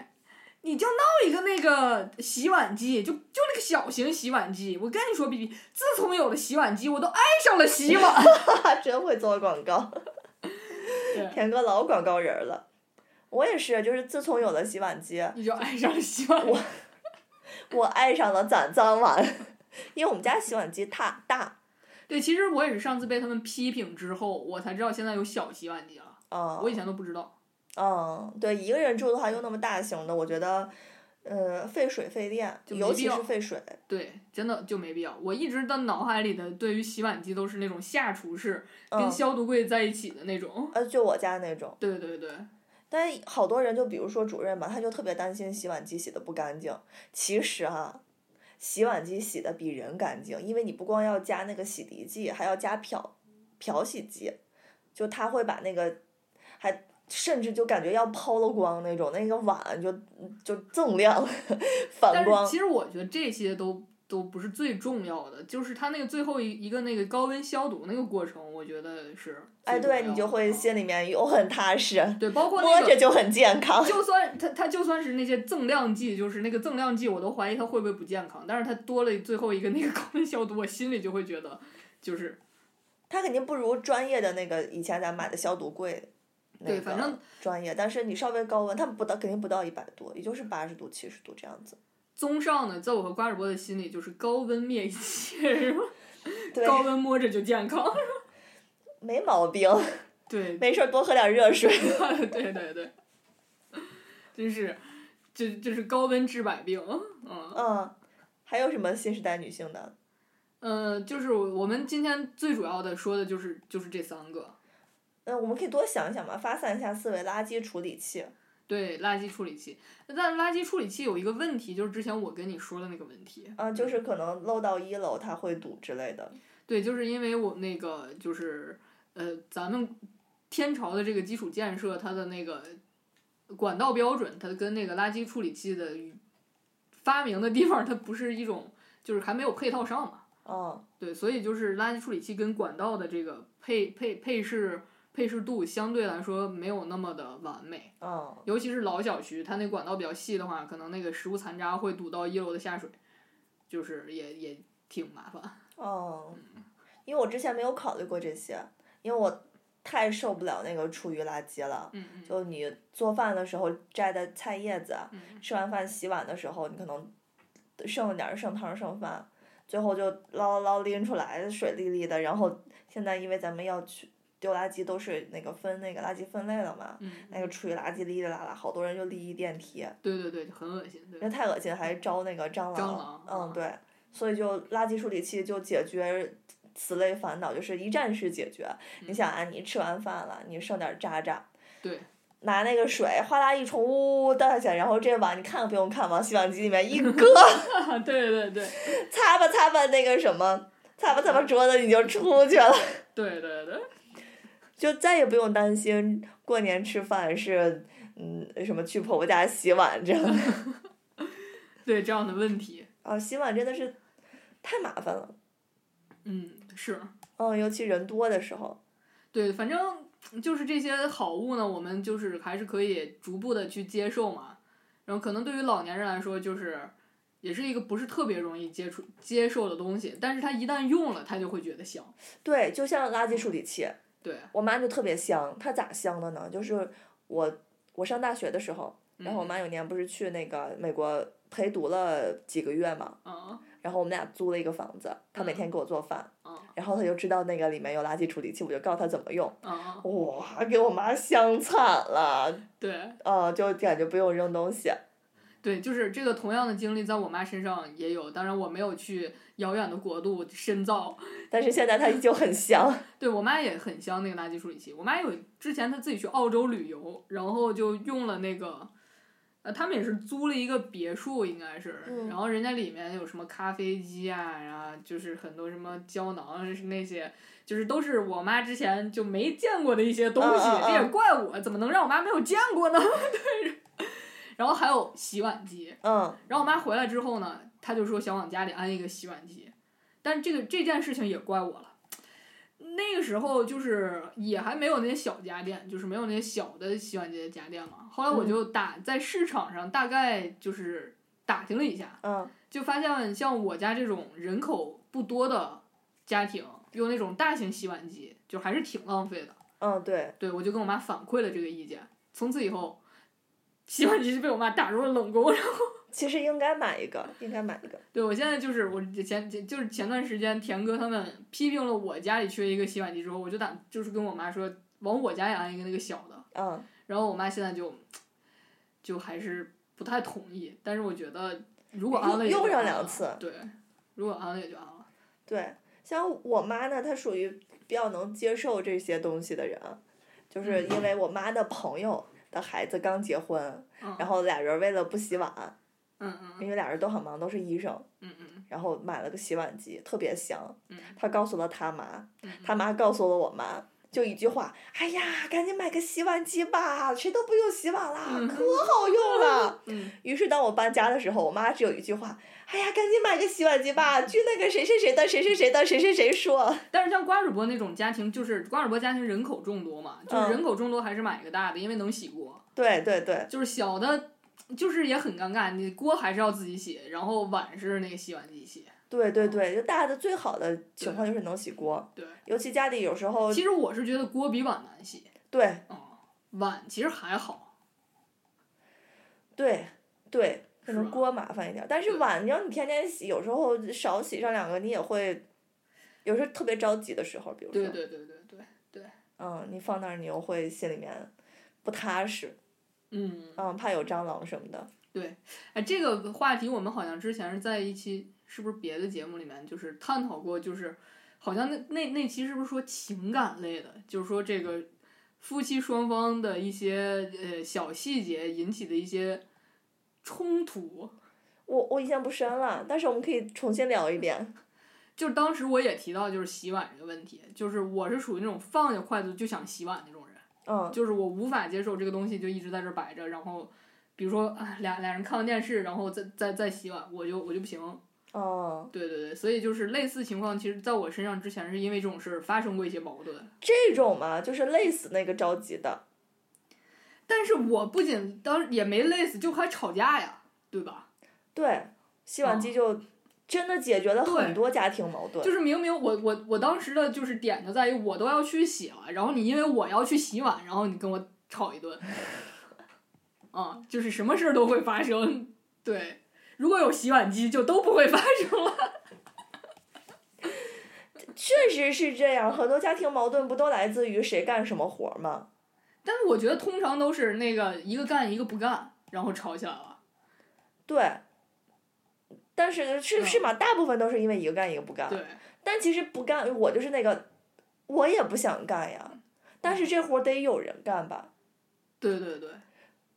[SPEAKER 1] 你就弄一个那个洗碗机，就就那个小型洗碗机。我跟你说，比比，自从有了洗碗机，我都爱上了洗碗。
[SPEAKER 2] 真会做广告。
[SPEAKER 1] 对
[SPEAKER 2] 田哥老广告人儿了，我也是，就是自从有了洗碗机，
[SPEAKER 1] 你就爱上了洗碗。
[SPEAKER 2] 我我爱上了攒脏碗， 因为我们家洗碗机太大，
[SPEAKER 1] 对，其实我也是上次被他们批评之后，我才知道现在有小洗碗机了。我以
[SPEAKER 2] 嗯
[SPEAKER 1] 前都不知道。
[SPEAKER 2] 嗯，对，一个人住的话用那么大型的，我觉得，呃，费水费电，
[SPEAKER 1] 就没
[SPEAKER 2] 尤其
[SPEAKER 1] 必要
[SPEAKER 2] 是费水，
[SPEAKER 1] 对，真的就没必要。我一直的脑海里的对于洗碗机都是那种下厨式跟
[SPEAKER 2] 嗯，
[SPEAKER 1] 消毒柜在一起的那种。
[SPEAKER 2] 呃，就我家那种，
[SPEAKER 1] 对对对，
[SPEAKER 2] 但好多人就比如说主任吧，他就特别担心洗碗机洗的不干净，其实啊。洗碗机洗的比人干净，因为你不光要加那个洗涤剂，还要加漂漂洗剂，就它会把那个，还甚至就感觉要抛了光那种，那个碗就就锃亮反
[SPEAKER 1] 但
[SPEAKER 2] 光
[SPEAKER 1] 是。其实我觉得这些都都不是最重要的，就是它那个最后一一个那个高温消毒那个过程，我觉得是
[SPEAKER 2] 哎，
[SPEAKER 1] 最重要
[SPEAKER 2] 对
[SPEAKER 1] 的
[SPEAKER 2] 你就会
[SPEAKER 1] 啊
[SPEAKER 2] 心里面有很踏实，
[SPEAKER 1] 对，包括
[SPEAKER 2] 摸
[SPEAKER 1] 那
[SPEAKER 2] 着
[SPEAKER 1] 个。
[SPEAKER 2] 就很健康。
[SPEAKER 1] 就算它它就算是那些增量剂，就是那个增量剂，我都怀疑它会不会不健康。但是它多了最后一个 那个高温消毒，我心里就会觉得，就是
[SPEAKER 2] 它肯定不如专业的那个以前咱买的消毒柜，那
[SPEAKER 1] 对
[SPEAKER 2] 个
[SPEAKER 1] 反正
[SPEAKER 2] 专业，但是你稍微高温，它不到肯定不到一百度，也就是八十度、七十度这样子。
[SPEAKER 1] 综上呢，在我和瓜主播的心里，就是高温灭一切，是吧
[SPEAKER 2] 对，
[SPEAKER 1] 高温摸着就健康。
[SPEAKER 2] 没毛病。
[SPEAKER 1] 对，
[SPEAKER 2] 没事儿多喝点热水。
[SPEAKER 1] 对对对，真是，就就是高温治百病，嗯
[SPEAKER 2] 嗯，还有什么新时代女性的？
[SPEAKER 1] 呃，就是我们今天最主要的说的就是就是这三个，
[SPEAKER 2] 嗯，我们可以多想一想嘛，发散一下思维，垃圾处理器。
[SPEAKER 1] 对，垃圾处理器。但垃圾处理器有一个问题，就是之前我跟你说的那个问题，
[SPEAKER 2] 啊，就是可能漏到一楼它会堵之类的。
[SPEAKER 1] 对，就是因为我那个就是呃，咱们天朝的这个基础建设，它的那个管道标准，它跟那个垃圾处理器的发明的地方，它不是一种，就是还没有配套上嘛。
[SPEAKER 2] 嗯
[SPEAKER 1] 对，所以就是垃圾处理器跟管道的这个配配配饰配饰度相对来说没有那么的完美，
[SPEAKER 2] 嗯，
[SPEAKER 1] 尤其是老小区，它那管道比较细的话，可能那个食物残渣会堵到一楼的下水，就是也也挺麻烦。
[SPEAKER 2] 哦，因为我之前没有考虑过这些，因为我太受不了那个厨余垃圾了。
[SPEAKER 1] 嗯嗯
[SPEAKER 2] 就你做饭的时候摘的菜叶子，啊
[SPEAKER 1] 嗯
[SPEAKER 2] 吃完饭洗碗的时候，你可能剩了点儿剩汤剩饭，最后就捞捞拎出来，水沥沥的。然后现在因为咱们要去丢垃圾，都是那个分那个垃圾分类了嘛，
[SPEAKER 1] 嗯，
[SPEAKER 2] 那个厨余垃圾哩哩啦啦，好多人就立一电梯，
[SPEAKER 1] 对对对，很恶心。
[SPEAKER 2] 那
[SPEAKER 1] 对，
[SPEAKER 2] 太恶心，还招那个蟑螂。
[SPEAKER 1] 蟑螂
[SPEAKER 2] 嗯，
[SPEAKER 1] 嗯
[SPEAKER 2] 对，所以就垃圾处理器就解决此类烦恼，就是一站式解决。你想啊，你吃完饭了，你剩点渣渣。
[SPEAKER 1] 嗯对。
[SPEAKER 2] 拿那个水哗啦一冲，呜呜呜倒下去，然后这碗你看都不用看，往洗碗机里 面一搁，
[SPEAKER 1] 啊对对对
[SPEAKER 2] 擦吧擦吧那个什么，擦吧擦吧桌子你就出去了，
[SPEAKER 1] 对对对，
[SPEAKER 2] 就再也不用担心过年吃饭是嗯什么去婆婆家洗碗这样 的。
[SPEAKER 1] 对这样的问题，
[SPEAKER 2] 啊，洗碗真的是太麻烦了，
[SPEAKER 1] 嗯，是
[SPEAKER 2] 嗯，尤其人多的时候。
[SPEAKER 1] 对，反正就是这些好物呢，我们就是还是可以逐步的去接受嘛。然后可能对于老年人来说，就是也是一个不是特别容易接触接受的东西，但是他一旦用了，他就会觉得香。
[SPEAKER 2] 对，就像垃圾处理器，
[SPEAKER 1] 对，
[SPEAKER 2] 我妈就特别香。她咋香的呢？就是我我上大学的时候，然后我
[SPEAKER 1] 嗯
[SPEAKER 2] 妈有年不是去那个美国陪读了几个月嘛，
[SPEAKER 1] 嗯
[SPEAKER 2] 然后我们俩租了一个房子，她每天给我做饭，
[SPEAKER 1] 嗯
[SPEAKER 2] 然后她就知道那个里面有垃圾处理器，我就告诉她怎么用。
[SPEAKER 1] 嗯，
[SPEAKER 2] 哇，给我妈香惨了，
[SPEAKER 1] 对
[SPEAKER 2] 呃，就感觉不用扔东西。
[SPEAKER 1] 对，就是这个同样的经历，在我妈身上也有。当然，我没有去遥远的国度深造。
[SPEAKER 2] 但是现在她依旧很香。
[SPEAKER 1] 对我妈也很香那个垃圾处理器。我妈有之前她自己去澳洲旅游，然后就用了那个，呃，他们也是租了一个别墅，应该是，
[SPEAKER 2] 嗯
[SPEAKER 1] 然后人家里面有什么咖啡机啊，然后就是很多什么胶囊啊那些，就是都是我妈之前就没见过的一些东西。
[SPEAKER 2] 嗯嗯嗯
[SPEAKER 1] 这也怪我，怎么能让我妈没有见过呢？ 对。然后还有洗碗机，
[SPEAKER 2] 嗯，
[SPEAKER 1] 然后我妈回来之后呢，她就说想往家里安一个洗碗机，但这个这件事情也怪我了。那个时候就是也还没有那些小家电，就是没有那些小的洗碗机的家电嘛。后来我就打在市场上大概就是打听了一下，
[SPEAKER 2] 嗯，
[SPEAKER 1] 就发现像我家这种人口不多的家庭，用那种大型洗碗机就还是挺浪费的。
[SPEAKER 2] 嗯，对，
[SPEAKER 1] 对，我就跟我妈反馈了这个意见，从此以后洗碗机就被我妈打入了冷宫。
[SPEAKER 2] 其实应该买一个，应该买一个。
[SPEAKER 1] 对，我现在就是我前前就是前段时间田哥他们批评了我家里缺一个洗碗机之后，我就打就是跟我妈说往我家里安一个那个小的，
[SPEAKER 2] 嗯，
[SPEAKER 1] 然后我妈现在就就还是不太同意，但是我觉得如果安了也
[SPEAKER 2] 用
[SPEAKER 1] 就
[SPEAKER 2] 用上
[SPEAKER 1] 安
[SPEAKER 2] 两
[SPEAKER 1] 了
[SPEAKER 2] 次
[SPEAKER 1] 对，如果安了也就安了，
[SPEAKER 2] 对，像我妈呢，她属于比较能接受这些东西的人，
[SPEAKER 1] 嗯
[SPEAKER 2] 就是因为我妈的朋友的孩子刚结婚，
[SPEAKER 1] 嗯
[SPEAKER 2] 然后俩人为了不洗碗，
[SPEAKER 1] 嗯嗯
[SPEAKER 2] 因为俩人都很忙，都是医生，
[SPEAKER 1] 嗯嗯
[SPEAKER 2] 然后买了个洗碗机，特别香。
[SPEAKER 1] 嗯
[SPEAKER 2] 她告诉了她妈，
[SPEAKER 1] 嗯
[SPEAKER 2] 她妈告诉了我妈。就一句话，哎呀，赶紧买个洗碗机吧，谁都不用洗碗啦，
[SPEAKER 1] 嗯
[SPEAKER 2] 可好用了。
[SPEAKER 1] 嗯
[SPEAKER 2] 于是当我搬家的时候，我妈只有一句话：“哎呀，赶紧买个洗碗机吧。”据那个谁谁谁的谁谁谁的谁谁谁说，
[SPEAKER 1] 嗯，但是像瓜主播那种家庭，就是瓜主播家庭人口众多嘛，就是
[SPEAKER 2] 嗯
[SPEAKER 1] 人口众多还是买一个大的，因为能洗锅。
[SPEAKER 2] 对对对，
[SPEAKER 1] 就是小的，就是也很尴尬，你锅还是要自己洗，然后碗是那个洗碗机洗。
[SPEAKER 2] 对对对，就大的最好的情况就是能洗锅，
[SPEAKER 1] 对，
[SPEAKER 2] 尤其家里有时候
[SPEAKER 1] 其实我是觉得锅比碗难洗，
[SPEAKER 2] 对
[SPEAKER 1] 嗯，碗其实还好，
[SPEAKER 2] 对对，可
[SPEAKER 1] 是
[SPEAKER 2] 能
[SPEAKER 1] 吧
[SPEAKER 2] 锅麻烦一点，但是
[SPEAKER 1] 对
[SPEAKER 2] 碗你让你天天洗，有时候少洗上两个你也会，有时候特别着急的时候，比如说，
[SPEAKER 1] 对对对对对对，
[SPEAKER 2] 嗯，你放那儿你又会心里面不踏实，
[SPEAKER 1] 嗯，
[SPEAKER 2] 嗯，怕有蟑螂什么的。
[SPEAKER 1] 对，哎，这个话题我们好像之前是在一期是不是别的节目里面就是探讨过，就是好像那那那期是不是说情感类的，就是说这个夫妻双方的一些呃小细节引起的一些冲突。
[SPEAKER 2] 我我印象不深了，但是我们可以重新聊一遍。
[SPEAKER 1] 就是当时我也提到就是洗碗这个问题，就是我是属于那种放下筷子就想洗碗那种人，
[SPEAKER 2] 嗯
[SPEAKER 1] 就是我无法接受这个东西就一直在这儿摆着，然后比如说啊俩俩人看完电视，然后再再再洗碗，我就我就不行。
[SPEAKER 2] 哦，
[SPEAKER 1] 对对对，所以就是类似情况，其实在我身上之前是因为这种事儿发生过一些矛盾。
[SPEAKER 2] 这种嘛，就是累死那个着急的。
[SPEAKER 1] 但是我不仅当也没累死，就还吵架呀，对吧？
[SPEAKER 2] 对，洗碗机就真的解决了很
[SPEAKER 1] 嗯对
[SPEAKER 2] 多家庭矛盾。
[SPEAKER 1] 就是明明我我我当时的就是点就在于我都要去洗了，然后你因为我要去洗碗，然后你跟我吵一顿，啊，就是什么事儿都会发生。对，如果有洗碗机，就都不会发生了。
[SPEAKER 2] 确实是这样，很多家庭矛盾不都来自于谁干什么活儿吗？
[SPEAKER 1] 但是我觉得通常都是那个一个干一个不干，然后吵起来了。
[SPEAKER 2] 对。但是是
[SPEAKER 1] 嗯
[SPEAKER 2] 是嘛？大部分都是因为一个干一个不干。
[SPEAKER 1] 对，
[SPEAKER 2] 但其实不干，我就是那个，我也不想干呀。
[SPEAKER 1] 嗯
[SPEAKER 2] 但是这活儿得有人干吧？
[SPEAKER 1] 对对对，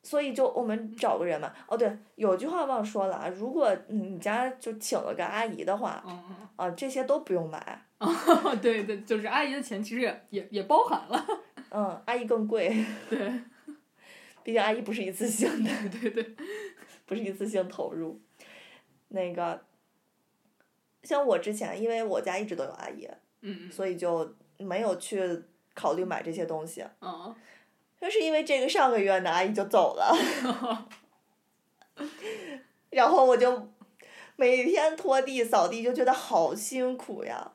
[SPEAKER 2] 所以就我
[SPEAKER 1] 嗯
[SPEAKER 2] 们找个人嘛。哦，对，有句话忘说了啊，如果你家就请了个阿姨的话，
[SPEAKER 1] 嗯嗯。
[SPEAKER 2] 啊，这些都不用买，
[SPEAKER 1] 哦， 对对，就是阿姨的钱其实也也也包含了，
[SPEAKER 2] 嗯，阿姨更贵，
[SPEAKER 1] 对
[SPEAKER 2] 毕竟阿姨不是一次性的，
[SPEAKER 1] 对对，
[SPEAKER 2] 不是一次性投入。那个，像我之前，因为我家一直都有阿姨，
[SPEAKER 1] 嗯
[SPEAKER 2] 所以就没有去考虑买这些东西。
[SPEAKER 1] 嗯哦，
[SPEAKER 2] 就是因为这个上个月呢，阿姨就走了，然后我就每天拖地扫地，就觉得好辛苦呀。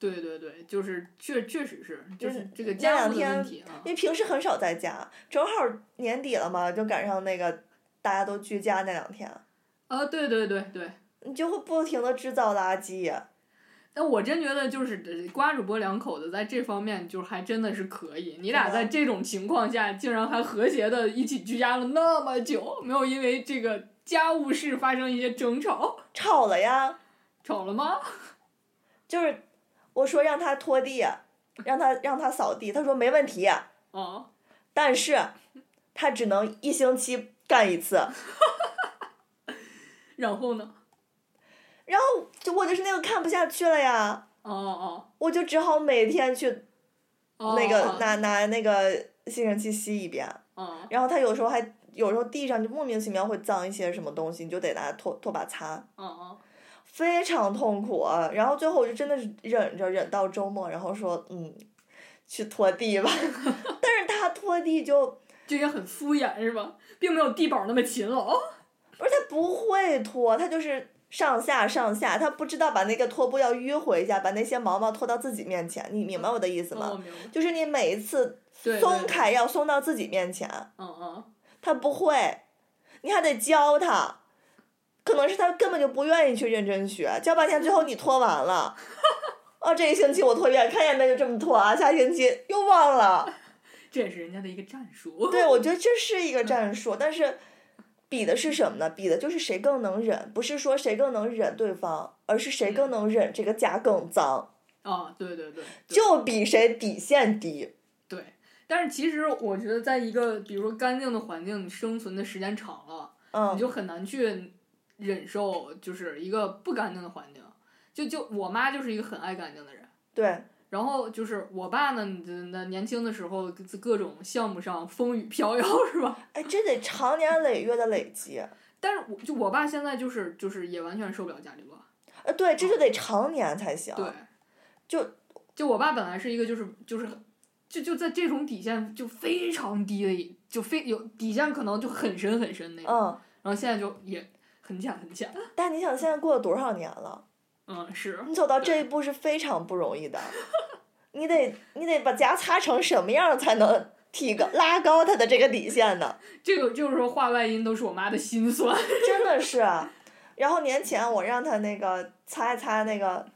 [SPEAKER 1] 对对对，就是确确实是，
[SPEAKER 2] 就
[SPEAKER 1] 就是是这个
[SPEAKER 2] 嗯那
[SPEAKER 1] 家
[SPEAKER 2] 两
[SPEAKER 1] 务的问
[SPEAKER 2] 天
[SPEAKER 1] 题啊
[SPEAKER 2] 因，为平时很少在家，正好年底了嘛，就赶上那个大家都居家那两天，
[SPEAKER 1] 啊，对对对对。
[SPEAKER 2] 你就会不停的制造垃圾。
[SPEAKER 1] 但我真觉得就是呃瓜主播两口子在这方面就是还真的是可以，你俩
[SPEAKER 2] 对啊
[SPEAKER 1] 在这种情况下竟然还和谐的一起居家了那么久，没有因为这个家务事发生一些争吵，
[SPEAKER 2] 吵了呀，
[SPEAKER 1] 吵了吗？
[SPEAKER 2] 就是我说让他拖地，让他让他扫地，他说没问题，
[SPEAKER 1] 哦，
[SPEAKER 2] 但是他只能一星期干一次。
[SPEAKER 1] 然后呢？
[SPEAKER 2] 然后就我就是那个看不下去了呀，
[SPEAKER 1] 哦哦
[SPEAKER 2] 我就只好每天去
[SPEAKER 1] 哦，
[SPEAKER 2] 那个、
[SPEAKER 1] 那
[SPEAKER 2] 拿拿那个吸尘器吸一遍，
[SPEAKER 1] 哦
[SPEAKER 2] 然后他有时候还有时候地上就莫名其妙会脏一些什么东西，你就得拿拖拖把擦，
[SPEAKER 1] 哦哦，
[SPEAKER 2] 非常痛苦、啊。然后最后我就真的是忍着忍到周末，然后说嗯，去拖地吧。 但是他拖地就
[SPEAKER 1] 这也很敷衍是吧？并没有地宝那么勤劳。哦
[SPEAKER 2] 不是他不会拖，他就是。上下上下，他不知道把那个拖布要迂回一下，把那些毛毛拖到自己面前，你明白我的意思
[SPEAKER 1] 哦，我
[SPEAKER 2] 吗？
[SPEAKER 1] 明白。
[SPEAKER 2] 就是你每一次
[SPEAKER 1] 对，
[SPEAKER 2] 松
[SPEAKER 1] 对
[SPEAKER 2] 开。要松到自己面前，
[SPEAKER 1] 对嗯嗯，
[SPEAKER 2] 他不会，你还得教他。可能是他根本就不愿意去认真学，教半天，最后你拖完了。 哦，这一星期我拖一遍，看见没就这么拖啊，下星期又忘了。
[SPEAKER 1] 这也是人家的一个战术。
[SPEAKER 2] 对，我觉得这是一个战术，但是比的是什么呢？比的就是谁更能忍，不是说谁更能忍对方，而是谁更能忍这个家更脏，
[SPEAKER 1] 啊，对对对，对
[SPEAKER 2] 就比谁底线低。
[SPEAKER 1] 对。但是其实我觉得，在一个比如说干净的环境，你生存的时间长了，你
[SPEAKER 2] 嗯，
[SPEAKER 1] 就很难去忍受，就是一个不干净的环境。就就我妈就是一个很爱干净的人，
[SPEAKER 2] 对，
[SPEAKER 1] 然后就是我爸呢，那年轻的时候各种项目上风雨飘摇是吧？
[SPEAKER 2] 哎，这得长年累月的累积。
[SPEAKER 1] 但是我就我爸现在就是就是也完全受不了家里乱。
[SPEAKER 2] 呃，对，这就得常年才行。
[SPEAKER 1] 对，
[SPEAKER 2] 啊就
[SPEAKER 1] 就我爸本来是一个就是就是很就就在这种底线就非常低的一，就非有底线可能就很深很深那种，
[SPEAKER 2] 嗯，
[SPEAKER 1] 然后现在就也很浅很浅，
[SPEAKER 2] 但你想现在过了多少年了？
[SPEAKER 1] 嗯是，
[SPEAKER 2] 你走到这一步是非常不容易的，你得你得把家擦成什么样才能提高拉高它的这个底线呢？
[SPEAKER 1] 这个就是说话外音都是我妈的心酸，
[SPEAKER 2] 真的是啊。然后年前我让他那个擦一擦那个，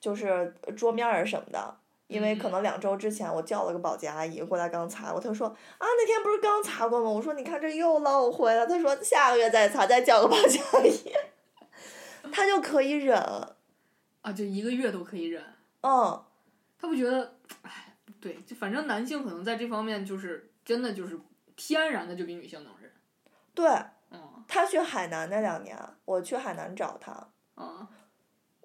[SPEAKER 2] 就是桌面儿什么的，因为可
[SPEAKER 1] 嗯
[SPEAKER 2] 能两周之前我叫了个保洁阿姨过来刚擦过，她说啊那天不是刚擦过吗？我说你看这又落灰了，她说下个月再擦，再叫个保洁阿姨， 她就可以忍，
[SPEAKER 1] 啊，就一个月都可以忍。
[SPEAKER 2] 嗯，
[SPEAKER 1] 他不觉得，哎，对，就反正男性可能在这方面就是真的就是天然的就比女性能忍。
[SPEAKER 2] 对
[SPEAKER 1] 嗯
[SPEAKER 2] 她去海南那两年，我去海南找她，
[SPEAKER 1] 嗯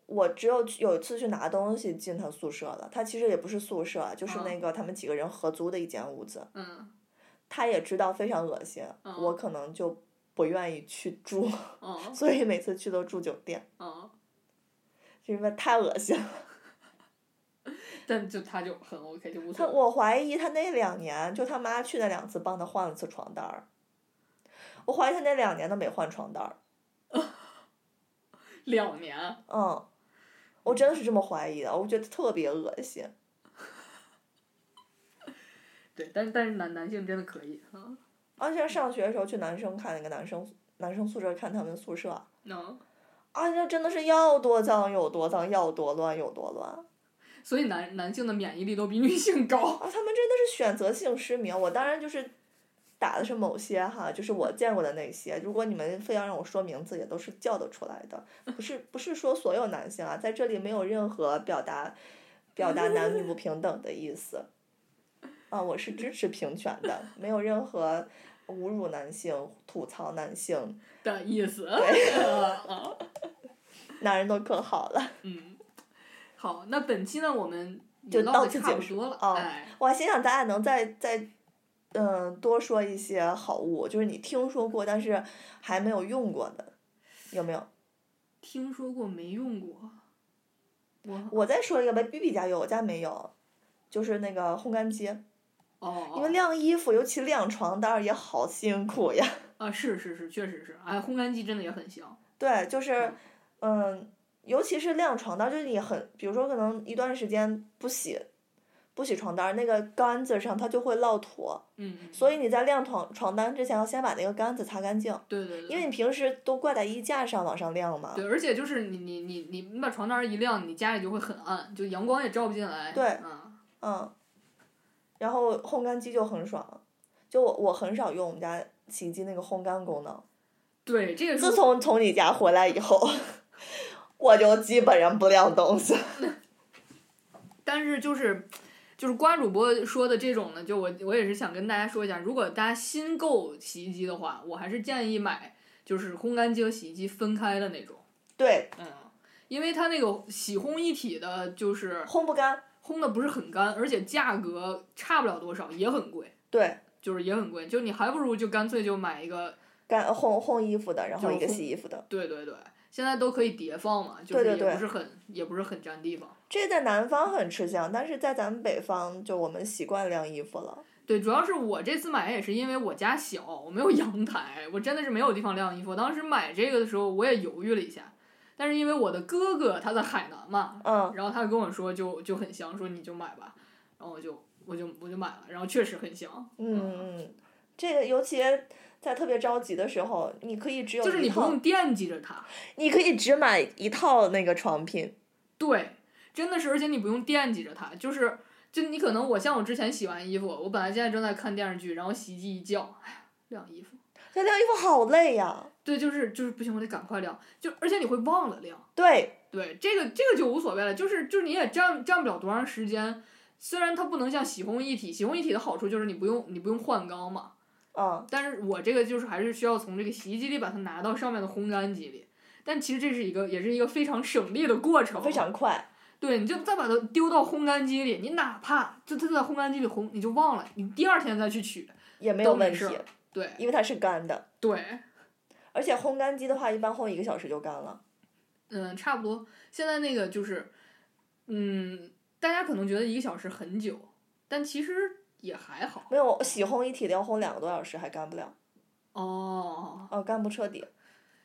[SPEAKER 2] 我只有去有一次去拿东西进他宿舍了，他其实也不是宿舍啊，就是
[SPEAKER 1] 嗯
[SPEAKER 2] 那个他们几个人合租的一间屋子。
[SPEAKER 1] 嗯
[SPEAKER 2] 他也知道非常恶心，
[SPEAKER 1] 嗯
[SPEAKER 2] 我可能就不愿意去住，
[SPEAKER 1] 嗯
[SPEAKER 2] 所以每次去都住酒店，
[SPEAKER 1] 嗯，
[SPEAKER 2] 是因为太恶心了。
[SPEAKER 1] 但就他就很 OK，就无
[SPEAKER 2] 他
[SPEAKER 1] 所谓。
[SPEAKER 2] 我怀疑他那两年就他妈去那两次帮他换了次床单儿，我怀疑他那两年都没换床单儿，
[SPEAKER 1] 两年，啊
[SPEAKER 2] 嗯，我真的是这么怀疑的，我觉得特别恶心。
[SPEAKER 1] 对，但但是男男性真的可以。嗯
[SPEAKER 2] 而且上学的时候去男生看那个男生男生宿舍看他们宿舍，
[SPEAKER 1] 嗯，
[SPEAKER 2] 啊，那真的是要多脏有多脏，要多乱有多乱啊！
[SPEAKER 1] 所以男男性的免疫力都比女性高。
[SPEAKER 2] 他们真的是选择性失明。我当然就是打的是某些哈，就是我见过的那些。如果你们非要让我说名字，也都是叫得出来的，不是不是说所有男性啊，在这里没有任何表达表达男女不平等的意思。啊，我是支持平权的，没有任何侮辱男性、吐槽男性，
[SPEAKER 1] 的意思。 啊
[SPEAKER 2] 男人都可好了。
[SPEAKER 1] 嗯，好，那本期呢，我们也
[SPEAKER 2] 就
[SPEAKER 1] 唠
[SPEAKER 2] 到
[SPEAKER 1] 得
[SPEAKER 2] 此
[SPEAKER 1] 差
[SPEAKER 2] 结
[SPEAKER 1] 不
[SPEAKER 2] 束
[SPEAKER 1] 多了。
[SPEAKER 2] 哦
[SPEAKER 1] 哎，
[SPEAKER 2] 我还心想咱俩能再再，嗯、多说一些好物，就是你听说过但是还没有用过的，有没有？
[SPEAKER 1] 听说过没用过，我
[SPEAKER 2] 我再说一个吧，B B 家有，我家没有，就是那个烘干机，
[SPEAKER 1] 哦，
[SPEAKER 2] 因为晾衣服，尤其晾床单儿也好辛苦呀。
[SPEAKER 1] 啊，是是是，确实是，哎，烘干机真的也很香。
[SPEAKER 2] 对，就是
[SPEAKER 1] 嗯，
[SPEAKER 2] 嗯、尤其是晾床单儿，就是你很，比如说可能一段时间不洗。不洗床单儿，那个杆子上它就会落土，
[SPEAKER 1] 嗯，嗯
[SPEAKER 2] 所以你在晾床床单之前要先把那个杆子擦干净。
[SPEAKER 1] 嗯对对对，
[SPEAKER 2] 因为你平时都挂在衣架上往上晾嘛。
[SPEAKER 1] 对，而且就是你你你你你把床单儿一晾，你家里就会很暗，就阳光也照不进来。
[SPEAKER 2] 对
[SPEAKER 1] 嗯，
[SPEAKER 2] 嗯，然后烘干机就很爽，就我我很少用我们家洗衣机那个烘干功能。
[SPEAKER 1] 对，这个
[SPEAKER 2] 自
[SPEAKER 1] 是
[SPEAKER 2] 从从你家回来以后， 我就基本上不晾东西。
[SPEAKER 1] 但是就是就是瓜主播说的这种呢，就我我也是想跟大家说一下，如果大家新购洗衣机的话，我还是建议买就是烘干机和洗衣机分开的那种，
[SPEAKER 2] 对，
[SPEAKER 1] 嗯，因为它那个洗烘一体的，就是
[SPEAKER 2] 烘不干。
[SPEAKER 1] 烘的不是很干，而且价格差不了多少，也很贵，
[SPEAKER 2] 对，
[SPEAKER 1] 就是也很贵，就你还不如就干脆就买一个，
[SPEAKER 2] 干烘烘衣服的，然后
[SPEAKER 1] 就
[SPEAKER 2] 一个
[SPEAKER 1] 烘
[SPEAKER 2] 洗衣服的。
[SPEAKER 1] 对对对。现在都可以叠放嘛，就
[SPEAKER 2] 对
[SPEAKER 1] 是
[SPEAKER 2] 对
[SPEAKER 1] 也
[SPEAKER 2] 对
[SPEAKER 1] 不是很也不是很占地方。
[SPEAKER 2] 这在南方很吃香，但是在咱们北方，就我们习惯晾衣服了。
[SPEAKER 1] 对，主要是我这次买也是因为我家小，我没有阳台，我真的是没有地方晾衣服。我当时买这个的时候，我也犹豫了一下，但是因为我的哥哥他在海南嘛，
[SPEAKER 2] 嗯，
[SPEAKER 1] 然后他跟我说就就很香，说你就买吧，然后我就我就我就买了，然后确实很香，
[SPEAKER 2] 嗯嗯，这个尤其在特别着急的时候，你可以只有
[SPEAKER 1] 就是
[SPEAKER 2] 一
[SPEAKER 1] 你不
[SPEAKER 2] 套
[SPEAKER 1] 用惦记着它，
[SPEAKER 2] 你可以只买一套那个床品，
[SPEAKER 1] 对，真的是，而且你不用惦记着它，就是就你可能我像我之前洗完衣服，我本来现在正在看电视剧，然后洗衣机一叫，哎呀，晾衣服，
[SPEAKER 2] 但晾衣服好累呀。
[SPEAKER 1] 对，就是就是不行，我得赶快晾，就而且你会忘了晾。
[SPEAKER 2] 对，
[SPEAKER 1] 对，这个这个就无所谓了，就是就是你也占占不了多长时间。虽然它不能像洗烘一体，洗烘一体的好处就是你不用你不用换缸嘛，
[SPEAKER 2] 嗯，
[SPEAKER 1] 但是我这个就是还是需要从这个洗衣机里把它拿到上面的烘干机里。但其实这是一个，也是一个非常省力的过程。
[SPEAKER 2] 非常快。
[SPEAKER 1] 对，你就再把它丢到烘干机里，你哪怕就它在烘干机里烘，你就忘了，你第二天再去取。
[SPEAKER 2] 也没有
[SPEAKER 1] 都没
[SPEAKER 2] 问题
[SPEAKER 1] 事，儿对
[SPEAKER 2] 因为它是干的，
[SPEAKER 1] 对，
[SPEAKER 2] 而且烘干机的话，一般烘一个小时就干了。
[SPEAKER 1] 嗯，差不多。现在那个就是，嗯，大家可能觉得一个小时很久，但其实也还好。
[SPEAKER 2] 没有洗烘一体的要烘两个多小时还干不了，
[SPEAKER 1] 哦，
[SPEAKER 2] 哦，干不彻底。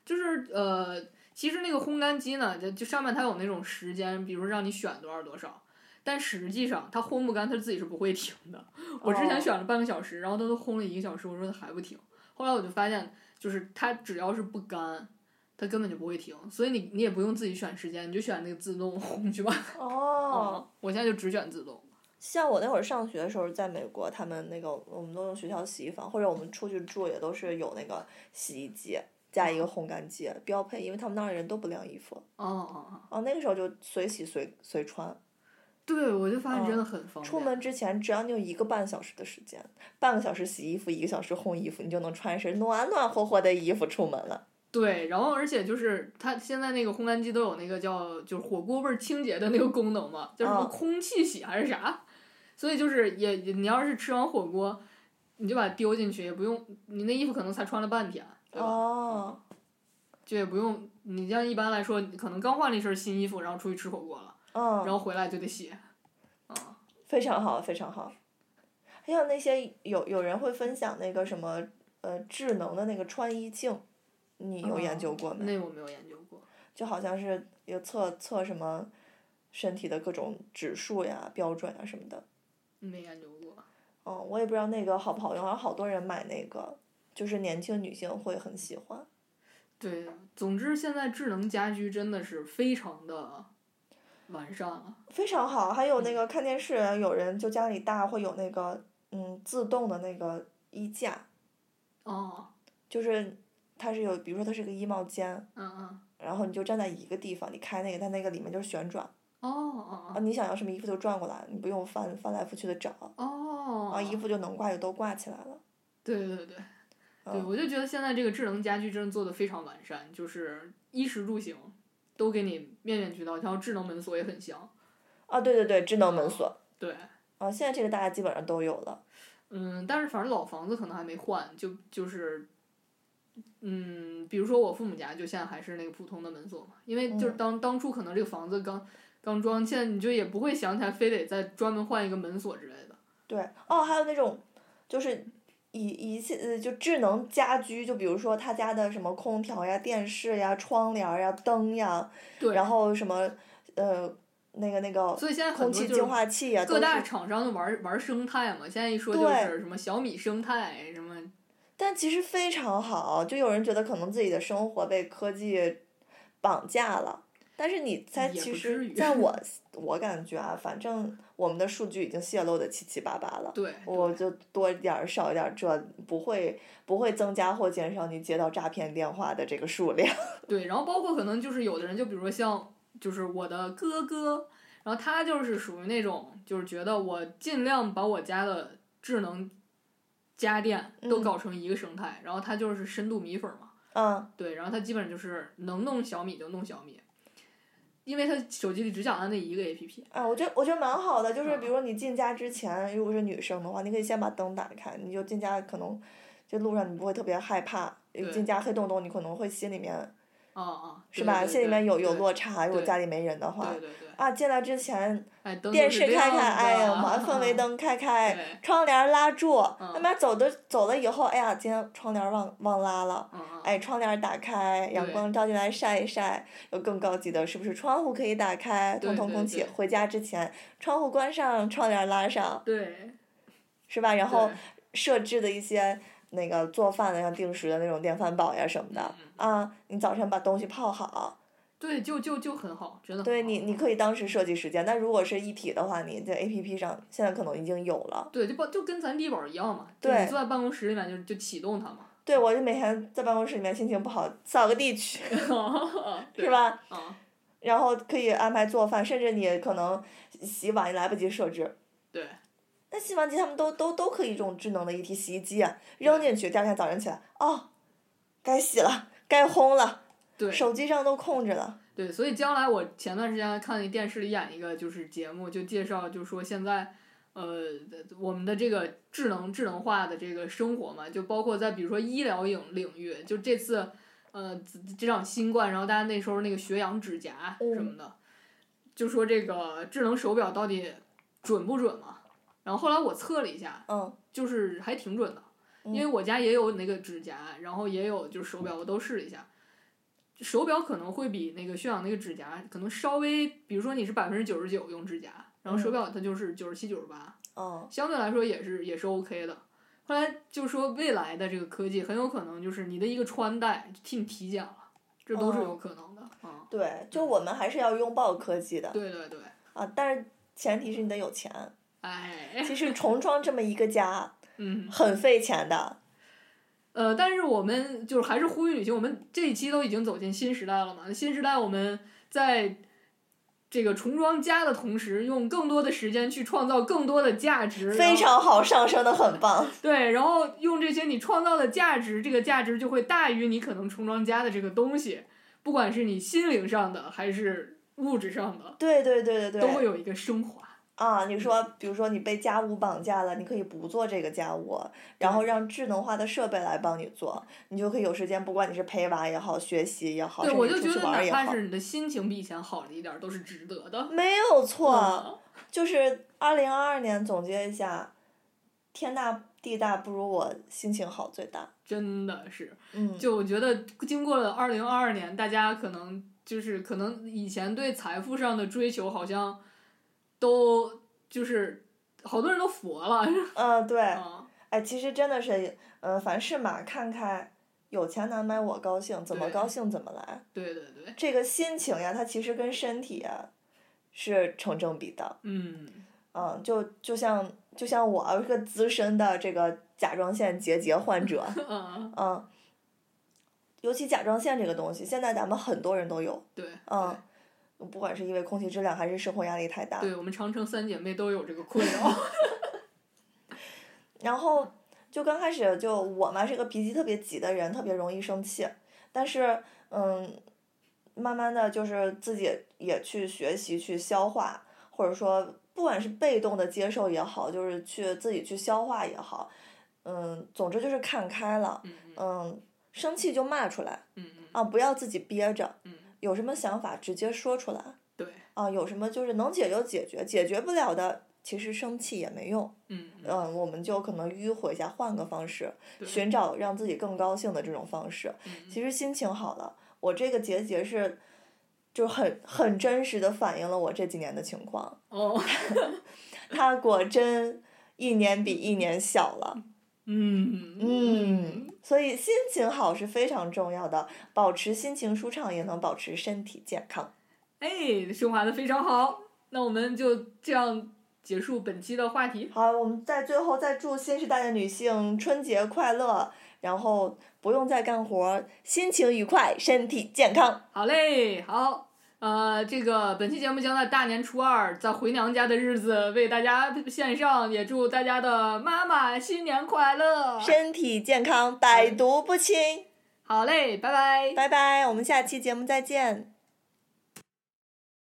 [SPEAKER 1] 就是呃，其实那个烘干机呢，就就上面它有那种时间，比如说让你选多少多少，但实际上它烘不干，它自己是不会停的。我之前
[SPEAKER 2] 哦
[SPEAKER 1] 选了半个小时，然后它都烘了一个小时，我说它还不停。后来我就发现，就是它只要是不干，它根本就不会停，所以你你也不用自己选时间，你就选那个自动烘去吧。
[SPEAKER 2] 哦，
[SPEAKER 1] 嗯，我现在就只选自动。
[SPEAKER 2] 像我那会儿上学的时候，在美国，他们那个我们都用学校洗衣房，或者我们出去住也都是有那个洗衣机加一个烘干机标配，因为他们那儿人都不晾衣服。
[SPEAKER 1] 哦哦哦，
[SPEAKER 2] 哦，那个时候就随洗随随穿，
[SPEAKER 1] 对，我就发现真的很方便。
[SPEAKER 2] 哦出门之前只要你有一个半小时的时间，半个小时洗衣服，一个小时烘衣服，你就能穿一身暖暖和和的衣服出门了。
[SPEAKER 1] 对，然后而且就是它现在那个烘干机都有那个叫就是火锅味儿清洁的那个功能嘛，叫什么
[SPEAKER 2] 嗯
[SPEAKER 1] 空气洗还是啥，所以就是也也你要是吃完火锅，你就把它丢进去，也不用你那衣服可能才穿了半天，对吧？
[SPEAKER 2] 哦，
[SPEAKER 1] 就也不用你像一般来说，你可能刚换了一身新衣服，然后出去吃火锅了，然
[SPEAKER 2] 嗯，
[SPEAKER 1] 后回来就得洗，
[SPEAKER 2] 非常好，非常好。还有那些有有人会分享那个什么呃智能的那个穿衣镜，你有研究过没？
[SPEAKER 1] 哦那我没有研究过。
[SPEAKER 2] 就好像是有测测什么身体的各种指数呀、标准呀什么的。
[SPEAKER 1] 没研究过，
[SPEAKER 2] 嗯，我也不知道那个好不好用，好像好多人买那个，就是年轻女性会很喜欢。
[SPEAKER 1] 对，总之现在智能家居真的是非常的完善了。
[SPEAKER 2] 非常好，还
[SPEAKER 1] 嗯
[SPEAKER 2] 有那个看电视，有人就家里大会有那个嗯自动的那个衣架，
[SPEAKER 1] 哦，
[SPEAKER 2] 就是它是有，比如说它是个衣帽间，
[SPEAKER 1] 嗯嗯，
[SPEAKER 2] 然后你就站在一个地方，你开那个，它那个里面就是旋转，
[SPEAKER 1] 哦哦
[SPEAKER 2] 啊，你想要什么衣服就转过来，你不用翻翻来覆去的找，
[SPEAKER 1] 哦，哦，
[SPEAKER 2] 啊，衣服就能挂就都挂起来了。
[SPEAKER 1] 对对对，对
[SPEAKER 2] 嗯
[SPEAKER 1] 我就觉得现在这个智能家居真的做的非常完善，就是衣食住行都给你面面俱到，然后智能门锁也很香。
[SPEAKER 2] 啊，对对对，智能
[SPEAKER 1] 哦
[SPEAKER 2] 门锁，
[SPEAKER 1] 对，
[SPEAKER 2] 啊，现在这个大家基本上都有了。
[SPEAKER 1] 嗯，但是反正老房子可能还没换，就就是。嗯，比如说我父母家就现在还是那个普通的门锁嘛，因为就是
[SPEAKER 2] 嗯
[SPEAKER 1] 当、当初可能这个房子刚刚装，现在你就也不会想起来非得再专门换一个门锁之类的。
[SPEAKER 2] 对，哦，还有那种就是一一切呃，就智能家居，就比如说他家的什么空调呀、电视呀、窗帘儿呀、灯呀，
[SPEAKER 1] 对，
[SPEAKER 2] 然后什么呃那个那个
[SPEAKER 1] 所以现在很多
[SPEAKER 2] 空气
[SPEAKER 1] 就是
[SPEAKER 2] 净化器呀，
[SPEAKER 1] 各
[SPEAKER 2] 都
[SPEAKER 1] 大
[SPEAKER 2] 是。
[SPEAKER 1] 厂商就玩玩生态嘛，现在一说就
[SPEAKER 2] 对
[SPEAKER 1] 是什么小米生态什么，
[SPEAKER 2] 但其实非常好，就有人觉得可能自己的生活被科技绑架了。但是你猜，
[SPEAKER 1] 也
[SPEAKER 2] 其
[SPEAKER 1] 不至
[SPEAKER 2] 实
[SPEAKER 1] 于
[SPEAKER 2] 在我我感觉啊，反正我们的数据已经泄露的七七八八了。
[SPEAKER 1] 对，
[SPEAKER 2] 我就多一点儿少一点儿，这不会不会增加或减少你接到诈骗电话的这个数量。
[SPEAKER 1] 对，然后包括可能就是有的人，就比如说像就是我的哥哥，然后他就是属于那种就是觉得我尽量把我家的智能家电都
[SPEAKER 2] 嗯
[SPEAKER 1] 搞成一个生态，然后他就是深度米粉嘛，
[SPEAKER 2] 嗯，
[SPEAKER 1] 对，然后他基本就是能弄小米就弄小米，因为他手机里只想按那一个 A P P，
[SPEAKER 2] 哎，我觉得我觉得蛮好的，就是比如你进家之前，如果是女生的话，你可以先把灯打开，你就进家可能这路上你不会特别害怕，
[SPEAKER 1] 对
[SPEAKER 2] 进家黑洞洞你可能会心里面
[SPEAKER 1] 啊啊，
[SPEAKER 2] 是
[SPEAKER 1] 对
[SPEAKER 2] 吧？
[SPEAKER 1] 对
[SPEAKER 2] 心里
[SPEAKER 1] 对
[SPEAKER 2] 面有有
[SPEAKER 1] 对
[SPEAKER 2] 落差，如果
[SPEAKER 1] 对
[SPEAKER 2] 家里没人的话
[SPEAKER 1] 对。对对，
[SPEAKER 2] 啊，进来之前
[SPEAKER 1] 哎，灯
[SPEAKER 2] 电
[SPEAKER 1] 都是
[SPEAKER 2] 视开
[SPEAKER 1] 亮
[SPEAKER 2] 开，哎呀
[SPEAKER 1] 的啊
[SPEAKER 2] 妈，氛围灯开开
[SPEAKER 1] 对，
[SPEAKER 2] 窗帘拉住，
[SPEAKER 1] 嗯
[SPEAKER 2] 他妈走的走了以后，哎呀，今天窗帘忘忘拉了，
[SPEAKER 1] 嗯嗯，
[SPEAKER 2] 哎，窗帘儿打开，阳
[SPEAKER 1] 对
[SPEAKER 2] 光照进来晒一晒。有更高级的，是不是窗户可以打开，通
[SPEAKER 1] 对
[SPEAKER 2] 通
[SPEAKER 1] 对
[SPEAKER 2] 空气？
[SPEAKER 1] 对
[SPEAKER 2] 回家之前，窗户关上，窗帘儿拉上，
[SPEAKER 1] 对，
[SPEAKER 2] 是吧？然后
[SPEAKER 1] 对
[SPEAKER 2] 设置的一些那个做饭的，像定时的那种电饭煲呀什么的
[SPEAKER 1] 嗯
[SPEAKER 2] 啊，你早晨把东西泡好。
[SPEAKER 1] 对，就就就很好，真的很
[SPEAKER 2] 对
[SPEAKER 1] 好
[SPEAKER 2] 你，你可以当时设计时间。但如果是一体的话，你在 A P P 上现在可能已经有了。
[SPEAKER 1] 对，就不就跟咱低保一样嘛，就你
[SPEAKER 2] 对
[SPEAKER 1] 坐在办公室里面就就启动 它嘛，
[SPEAKER 2] 对，我就每天在办公室里面心情不好，扫个地去，
[SPEAKER 1] 是
[SPEAKER 2] 是？吧？
[SPEAKER 1] 啊，
[SPEAKER 2] 然后可以安排做饭，甚至你可能洗碗也来不及设置。
[SPEAKER 1] 对。
[SPEAKER 2] 那洗碗机他们都都都可以用智能的一体洗衣机啊，扔进去，第二天早晨起来，哦，该洗了，该烘了，
[SPEAKER 1] 对
[SPEAKER 2] 手机上都控制了。
[SPEAKER 1] 对，所以将来我前段时间看那电视里演一个就是节目，就介绍就说现在。呃，我们的这个智能智能化的这个生活嘛，就包括在比如说医疗领领域，就这次，呃，这这场新冠，然后大家那时候那个学养指甲
[SPEAKER 2] 嗯
[SPEAKER 1] 什么的，就说这个智能手表到底准不准嘛？然后后来我测了一下，
[SPEAKER 2] 嗯，
[SPEAKER 1] 就是还挺准的，
[SPEAKER 2] 嗯
[SPEAKER 1] 因为我家也有那个指甲，然后也有就是手表，我都试了一下。手表可能会比那个血氧那个指甲可能稍微，比如说你是百分之九十九用指甲，然后手表它就是九十七、九十八，
[SPEAKER 2] 哦，
[SPEAKER 1] 相对来说也是也是 OK 的。后来就说未来的这个科技很有可能就是你的一个穿戴替你体检了，这都是有可能的。嗯，
[SPEAKER 2] 对，就我们还是要拥抱科技的
[SPEAKER 1] 对对对，
[SPEAKER 2] 啊，但是前提是你得有钱。
[SPEAKER 1] 哎，
[SPEAKER 2] 其实重装这么一个家
[SPEAKER 1] 嗯，
[SPEAKER 2] 很费 钱的，
[SPEAKER 1] 呃，但是我们就是还是呼吁女性，我们这一期都已经走进新时代了嘛。新时代我们在这个重装家的同时，用更多的时间去创造更多的价值，然
[SPEAKER 2] 非
[SPEAKER 1] 后
[SPEAKER 2] 常好，上升的很棒。
[SPEAKER 1] 对，然后用这些你创造的价值，这个价值就会大于你可能重装家的这个东西，不管是你心灵上的还是物质上的，
[SPEAKER 2] 对对对对
[SPEAKER 1] 都会
[SPEAKER 2] 对。
[SPEAKER 1] 有一个升华。
[SPEAKER 2] 啊，你说，比如说你被家务绑架了，你可以不做这个家务，然后让智能化的设备来帮你做，你就可以有时间，不管你是陪娃也好，学习也好，
[SPEAKER 1] 对，
[SPEAKER 2] 甚
[SPEAKER 1] 我就
[SPEAKER 2] 至哦出
[SPEAKER 1] 觉
[SPEAKER 2] 去
[SPEAKER 1] 得
[SPEAKER 2] 玩儿
[SPEAKER 1] 哪
[SPEAKER 2] 也
[SPEAKER 1] 怕
[SPEAKER 2] 好，
[SPEAKER 1] 是你的心情比以前好了一点儿，都是值得的。
[SPEAKER 2] 没有错。
[SPEAKER 1] 嗯
[SPEAKER 2] 就是二零二二年总结一下，天大地大不如我心情好最大。
[SPEAKER 1] 真的是，
[SPEAKER 2] 嗯，
[SPEAKER 1] 就我觉得经过了二零二二年，大家可能就是可能以前对财富上的追求好像都就是好多人都佛了，
[SPEAKER 2] 嗯，对，
[SPEAKER 1] 啊，
[SPEAKER 2] 哎，其实真的是，嗯，凡事嘛，看开，有钱难买我高兴，怎么
[SPEAKER 1] 对
[SPEAKER 2] 高兴怎么来。
[SPEAKER 1] 对对对，
[SPEAKER 2] 这个心情呀，它其实跟身体呀是成正比的。
[SPEAKER 1] 嗯。
[SPEAKER 2] 嗯，就就像就像我啊是个资深的这个甲状腺结节患者，
[SPEAKER 1] 嗯，
[SPEAKER 2] 嗯，尤其甲状腺这个东西，现在咱们很多人都有，
[SPEAKER 1] 对，
[SPEAKER 2] 嗯，不管是因为空气质量还是生活压力太大，
[SPEAKER 1] 对我们长城三姐妹都有这个困扰。
[SPEAKER 2] 然后就刚开始就我嘛是个脾气特别急的人，特别容易生气，但是嗯，慢慢的就是自己也去学习去消化，或者说不管是被动的接受也好，就是去自己去消化也好，嗯，总之就是看开了，
[SPEAKER 1] 嗯嗯
[SPEAKER 2] 嗯，生气就骂出来
[SPEAKER 1] 嗯嗯
[SPEAKER 2] 啊，不要自己憋着，
[SPEAKER 1] 嗯，
[SPEAKER 2] 有什么想法直接说出来
[SPEAKER 1] 对，
[SPEAKER 2] 啊，有什么就是能解就解决，解决不了的其实生气也没用。
[SPEAKER 1] 嗯嗯
[SPEAKER 2] 嗯，我们就可能迂回一下，换个方式，
[SPEAKER 1] 对
[SPEAKER 2] 寻找让自己更高兴的这种方式。
[SPEAKER 1] 嗯
[SPEAKER 2] 其实心情好了，我这个结节是，就很很真实的反映了我这几年的情况。
[SPEAKER 1] 哦，
[SPEAKER 2] 它果真一年比一年小了，
[SPEAKER 1] 嗯
[SPEAKER 2] 嗯，所以心情好是非常重要的，保持心情舒畅也能保持身体健康。
[SPEAKER 1] 哎，升华的非常好。那我们就这样结束本期的话题。
[SPEAKER 2] 好，我们在最后再祝新时代的女性春节快乐，然后不用再干活，心情愉快，身体健康。
[SPEAKER 1] 好嘞，好，呃，这个本期节目将在大年初二，在回娘家的日子为大家献上，也祝大家的妈妈新年快乐。
[SPEAKER 2] 身体健康，百毒不侵。
[SPEAKER 1] 好嘞，拜拜。
[SPEAKER 2] 拜拜，我们下期节目再见。